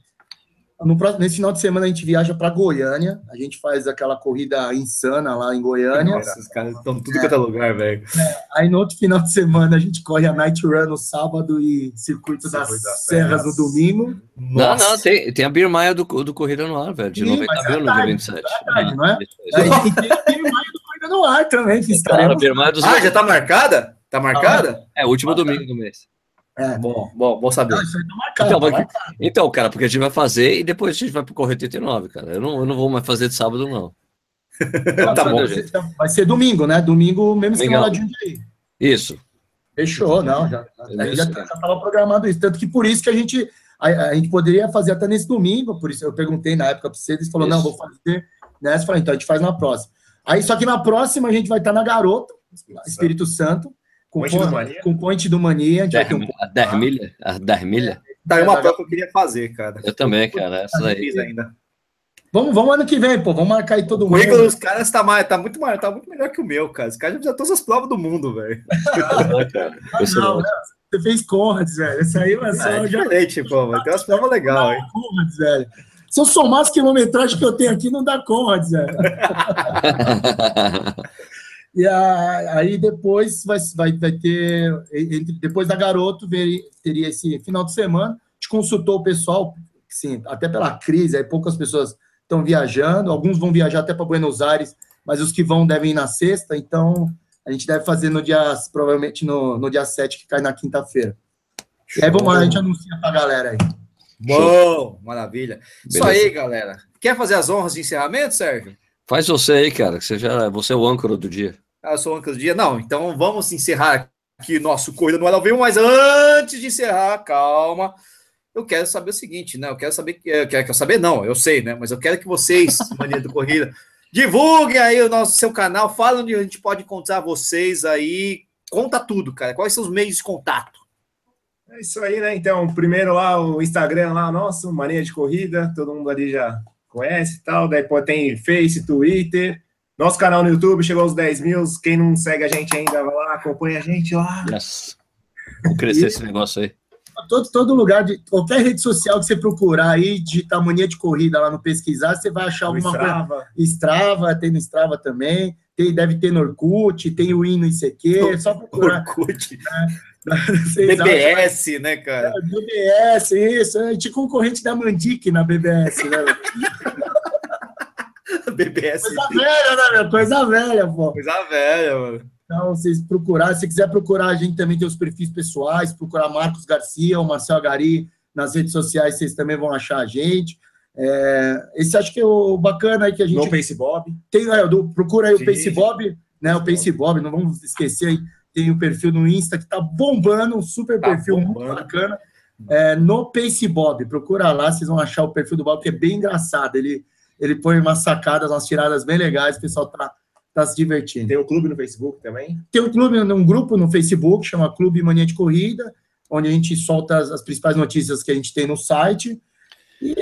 S1: no próximo, nesse final de semana a gente viaja para Goiânia, a gente faz aquela corrida insana lá em Goiânia.
S2: Nossa, os caras estão tudo quanto é lugar, velho.
S1: Aí no outro final de semana a gente corre a Night Run no sábado e Circuito das
S3: Circuito das
S1: Serras no
S3: Serras.
S1: domingo.
S4: Não, não, tem, tem a Birmaia do, do Corrida no Ar, velho, de
S1: Sim,
S4: 90
S1: mas é
S4: mil no dia
S1: tarde,
S4: 27.
S1: tarde, não é?
S4: Ah,
S1: Aí tem mais do Corrida no Ar também, que
S4: Cara, a
S1: estaremos.
S4: Birmaia dos.
S2: Ah, já tá marcada? Tá marcada?
S4: É, último domingo do mês.
S2: Ah, Bom, bom, bom saber.
S1: Não, isso aí tá marcado.
S4: Então,
S1: tá
S4: mas-
S1: marcado.
S4: então, cara, porque a gente vai fazer e depois a gente vai pro Correio 89, cara. Eu não, eu não vou mais fazer de sábado, não.
S2: tá bom.
S1: Vai ser- vai ser domingo, né? Domingo, mesmo esquema
S4: Legal.
S1: lá de um dia aí.
S4: Isso.
S1: Fechou, não, Né? já tá.
S4: Beleza.
S1: estava programado isso. Tanto que por isso que a gente, a, a gente poderia fazer até nesse domingo, por isso eu perguntei na época para vocês, eles falaram, não,
S4: Isso.
S1: vou fazer nessa, eu falei, então a gente faz na próxima. Aí, só que na próxima a gente vai estar na Garota, Espírito Santo, com
S3: Ponte do
S1: pon-
S3: Mania?
S1: com Ponte do Mania, a gente vai ter um
S4: A 10 milha? A 10 milha?
S2: Tá aí uma prova que eu queria fazer, cara.
S4: Eu também, cara. Essa
S2: Não
S4: daí.
S2: fiz ainda.
S1: Vamos, vamos ano que vem, pô, vamos marcar aí todo
S2: O
S1: mundo.
S2: currículo dos caras tá, mais, tá, muito, mais- tá muito melhor que o meu, cara. Os caras já fizeram todas as provas do mundo, velho.
S1: Ah,
S4: é
S1: não, né? Você fez Conrads, velho. Isso aí é só
S2: É
S1: já
S2: diferente, pô, mas tem umas provas legais, hein?
S1: Conrads, velho. Se eu somar as quilometragens que eu tenho aqui, não dá Conrads, velho. E a- aí depois vai, vai, vai ter, entre- depois da Garoto, ver- teria esse final de semana. A gente consultou o pessoal, sim, até pela crise, aí poucas pessoas estão viajando, alguns vão viajar até para Buenos Aires, mas os que vão devem ir na sexta, então a gente deve fazer no dia, provavelmente no, no dia 7, que cai na quinta-feira. E aí vamos lá, a gente anuncia pra galera aí.
S2: Bom, maravilha. Isso
S4: Beleza.
S2: aí, galera. Quer fazer as honras de encerramento, Sérgio?
S4: Faz você aí, cara, que você, já, você é o âncora do dia.
S2: Ah, eu sou o Ancas Dia. Não, então vamos encerrar aqui nosso Corrida no Ar ao Vivo, mas antes de encerrar, calma. Eu quero saber o seguinte, né? Eu quero saber que. Eu quero, quero saber, não, eu sei, né? Mas eu quero que vocês, Mania do Corrida, divulguem aí o nosso seu canal, falem onde a gente pode encontrar vocês aí. Conta tudo, cara. Quais são os meios de contato?
S3: É isso aí, né? Então, primeiro lá o Instagram lá nosso, Mania de Corrida, todo mundo ali já conhece e tal. Daí pô, tem Face, Twitter, nosso canal no YouTube chegou aos 10 mil. Quem não segue a gente ainda, vai lá, acompanha a gente lá.
S4: Yes. Vou crescer esse negócio aí.
S1: Todo, todo lugar, de qualquer rede social que você procurar aí, digitar mania de corrida lá no pesquisar, você vai achar
S3: No
S1: alguma coisa.
S3: Strava.
S1: Strava, tem no Strava também, tem, deve ter no Orkut, tem o hino ICQ, é só procurar.
S2: Orkut,
S1: Vocês acham?
S2: BBS, né, cara?
S1: BBS, isso, a gente é concorrente da Mandic na BBS, né? meu?
S2: BBS.
S1: Coisa velha, né, meu? Coisa velha, pô.
S2: Coisa velha, mano.
S1: Então, vocês procurar, se quiser procurar, a gente também tem os perfis pessoais, procurar Marcos Garcia ou Marcel Gari nas redes sociais, vocês também vão achar a gente. É, esse acho que é o bacana aí que a gente
S3: No Pace Bob.
S1: Tem, é, do- procura aí o
S3: Sim.
S1: Pace Bob, né? O Pace Bob, não vamos esquecer aí. Tem o perfil no Insta que tá bombando, um super
S2: Tá
S1: perfil muito
S2: bombando.
S1: bacana. É, no Pace Bob, procura lá, vocês vão achar o perfil do Bob, que é bem engraçado. Ele, ele põe umas sacadas, umas tiradas bem legais, o pessoal tá, tá se divertindo.
S3: Tem um clube no Facebook também.
S1: Tem um clube, um grupo no Facebook, chama Clube Mania de Corrida, onde a gente solta as, as principais notícias que a gente tem no site. E,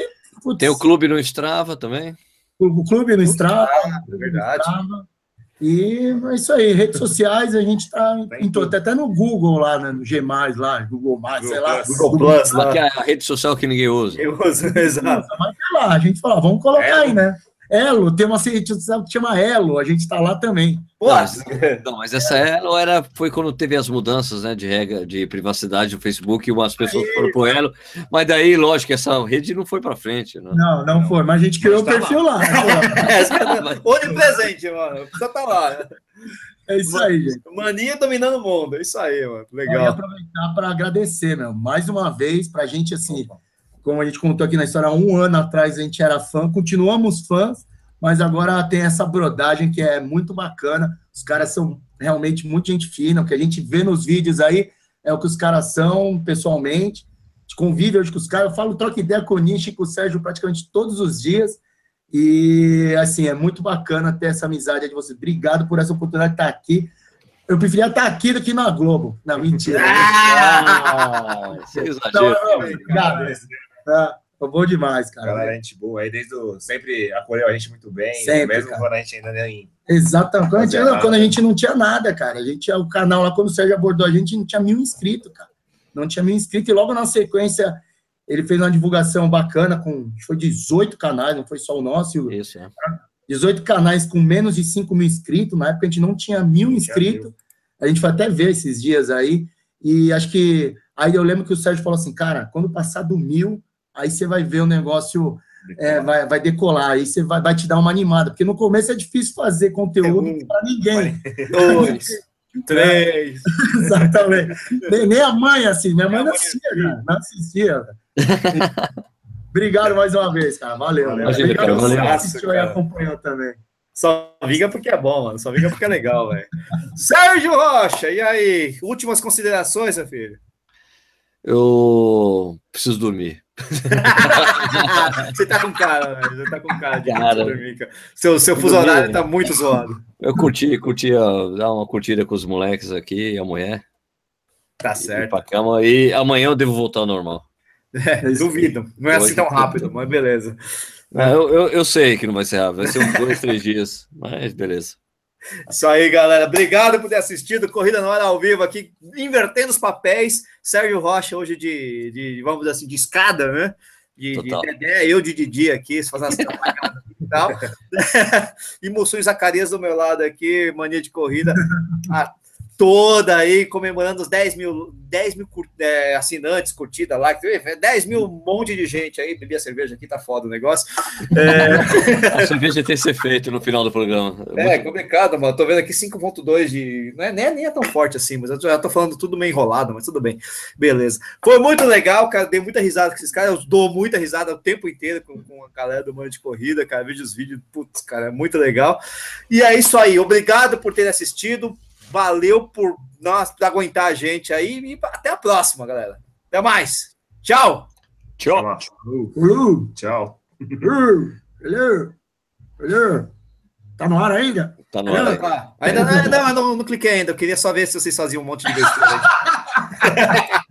S1: putz,
S4: Tem o clube no Strava também.
S1: o clube no Strava.
S2: É verdade.
S1: Strava. E é isso aí, redes sociais, a gente tá
S3: Tem
S1: em todo,
S3: tudo.
S1: até no Google lá, né, no G+, lá, Google+, Mais, Ah, sei lá.
S2: Google Plus né?
S4: Lá
S2: lá.
S4: que é a rede social que ninguém usa.
S2: Eu uso, exato.
S1: Mas tá lá, a gente fala, vamos colocar
S3: Elo.
S1: aí, né? Elo, tem uma rede social que chama Elo, a gente tá lá também.
S4: Hum.
S2: Pô,
S4: Não, mas essa Elo era, foi quando teve as mudanças né, de regra de privacidade do Facebook e umas pessoas foram pro Elo. Mas daí, lógico, essa rede não foi para frente. Né?
S1: Não, não foi, mas a gente criou o
S2: tá lá.
S1: perfil lá.
S2: é, onipresente, mano. Precisa tá lá.
S1: É isso aí, gente.
S2: Mania dominando o mundo. É isso aí, mano.
S1: Legal.
S2: Legal.
S1: aproveitar para agradecer, meu. Mais uma vez, para a gente, assim, como a gente contou aqui na história, um ano atrás a gente era fã, continuamos fãs, mas agora tem essa brodagem que é muito bacana. Os caras são realmente muito gente fina, o que a gente vê nos vídeos aí é o que os caras são pessoalmente. A gente convive hoje com os caras, eu falo, troca ideia com o Nishi, com o Sérgio praticamente todos os dias. E, assim, é muito bacana ter essa amizade aí de vocês. Obrigado por essa oportunidade de estar aqui. Eu preferia estar aqui do que na Globo. Não, mentira. Tá,
S4: Ah, isso é
S1: Não,
S4: exagero.
S1: não, Então, obrigado. Ah, Foi bom demais, cara.
S3: Galera, gente boa aí, desde o... sempre acolheu a gente muito bem,
S1: Sempre,
S3: mesmo
S1: cara.
S3: quando a gente ainda nem.
S1: Exatamente. Quando a, gente,
S3: Fazer
S1: não,
S3: nada.
S1: quando a gente não tinha nada, cara. A gente, o canal lá, quando o Sérgio abordou a gente, não tinha mil inscritos, cara. Não tinha mil inscritos. E logo na sequência, ele fez uma divulgação bacana com. acho que Foi 18 canais, não foi só o nosso.
S4: Isso, é.
S1: 18 canais com menos de 5 mil inscritos. Na época a gente não tinha mil
S3: Não tinha
S1: inscritos. A gente foi até ver esses dias aí. E acho que. Aí eu lembro que o Sérgio falou assim, cara, quando passar do mil, aí você vai ver o negócio é, vai, vai decolar, aí você vai, vai te dar uma animada, porque no começo é difícil fazer conteúdo
S2: É um,
S1: para ninguém.
S2: dois, três.
S1: Exatamente. Nem, nem a mãe, assim, minha mãe não
S2: Minha mãe
S1: assistia, cara, não assistia. cara. Obrigado mais uma vez, cara. Valeu.
S3: Valeu,
S1: Obrigado
S4: cara,
S1: você
S4: valeu.
S1: que assistiu e
S2: Cara.
S1: acompanhou também.
S2: Só vinga porque é bom, mano. Só vinga porque é legal, velho. Sérgio Rocha, e aí? Últimas considerações, meu filho?
S4: Eu preciso dormir.
S2: Você tá com cara, velho. Você tá com cara de
S4: Cara.
S2: dormir, cara. Seu, seu fuso
S4: Dormir,
S2: horário
S4: né?
S2: tá muito zoado.
S4: Eu curti, curti, ó, dar uma curtida com os moleques aqui e a mulher.
S2: Tá
S4: Ir
S2: certo.
S4: pra cama e amanhã eu devo voltar ao normal.
S2: Duvido. Não é assim
S4: Hoje-
S2: tão rápido, mas beleza. Tá.
S4: Ah, Eu, eu, eu sei que não vai ser rápido, vai ser uns dois, três dias, mas beleza.
S2: Isso aí, galera. Obrigado por ter assistido. Corrida na hora ao vivo aqui, invertendo os papéis. Sérgio Rocha hoje de, de vamos dizer assim, de escada, né? De, de
S4: Total.
S2: Dedé, eu de Didi aqui, se fazer umas trabalhadas e tal. e Mussum e Zacarias do meu lado aqui, mania de corrida a toda aí, comemorando os 10 mil, 10 mil cur- é, assinantes, curtida lá, que teve 10 mil, um monte de gente aí, bebi a cerveja aqui, tá foda o negócio.
S4: A cerveja tem que ser feita no final do programa.
S2: É,
S4: Muito-
S2: complicado, mano. Tô vendo aqui 5.2 de. Não é, nem, nem é tão forte assim, mas eu já tô falando tudo meio enrolado, mas tudo bem. Beleza. Foi muito legal, cara. Dei muita risada com esses caras. Eu dou muita risada o tempo inteiro com, com a galera do Mano de Corrida, cara. Vejo os vídeos. Putz, cara, é muito legal. E é isso aí. Obrigado por ter assistido. Valeu por, nós, por aguentar a gente aí. E até a próxima, galera. Até mais. Tchau.
S4: Tchau.
S3: Uh,
S1: Uh,
S3: Tchau.
S1: uh, valeu, valeu. Tá no ar ainda?
S4: Tá no ar. aí.
S2: Ainda, ainda não, eu não, não cliquei ainda. Eu queria só ver se vocês faziam um monte de besteira. aí.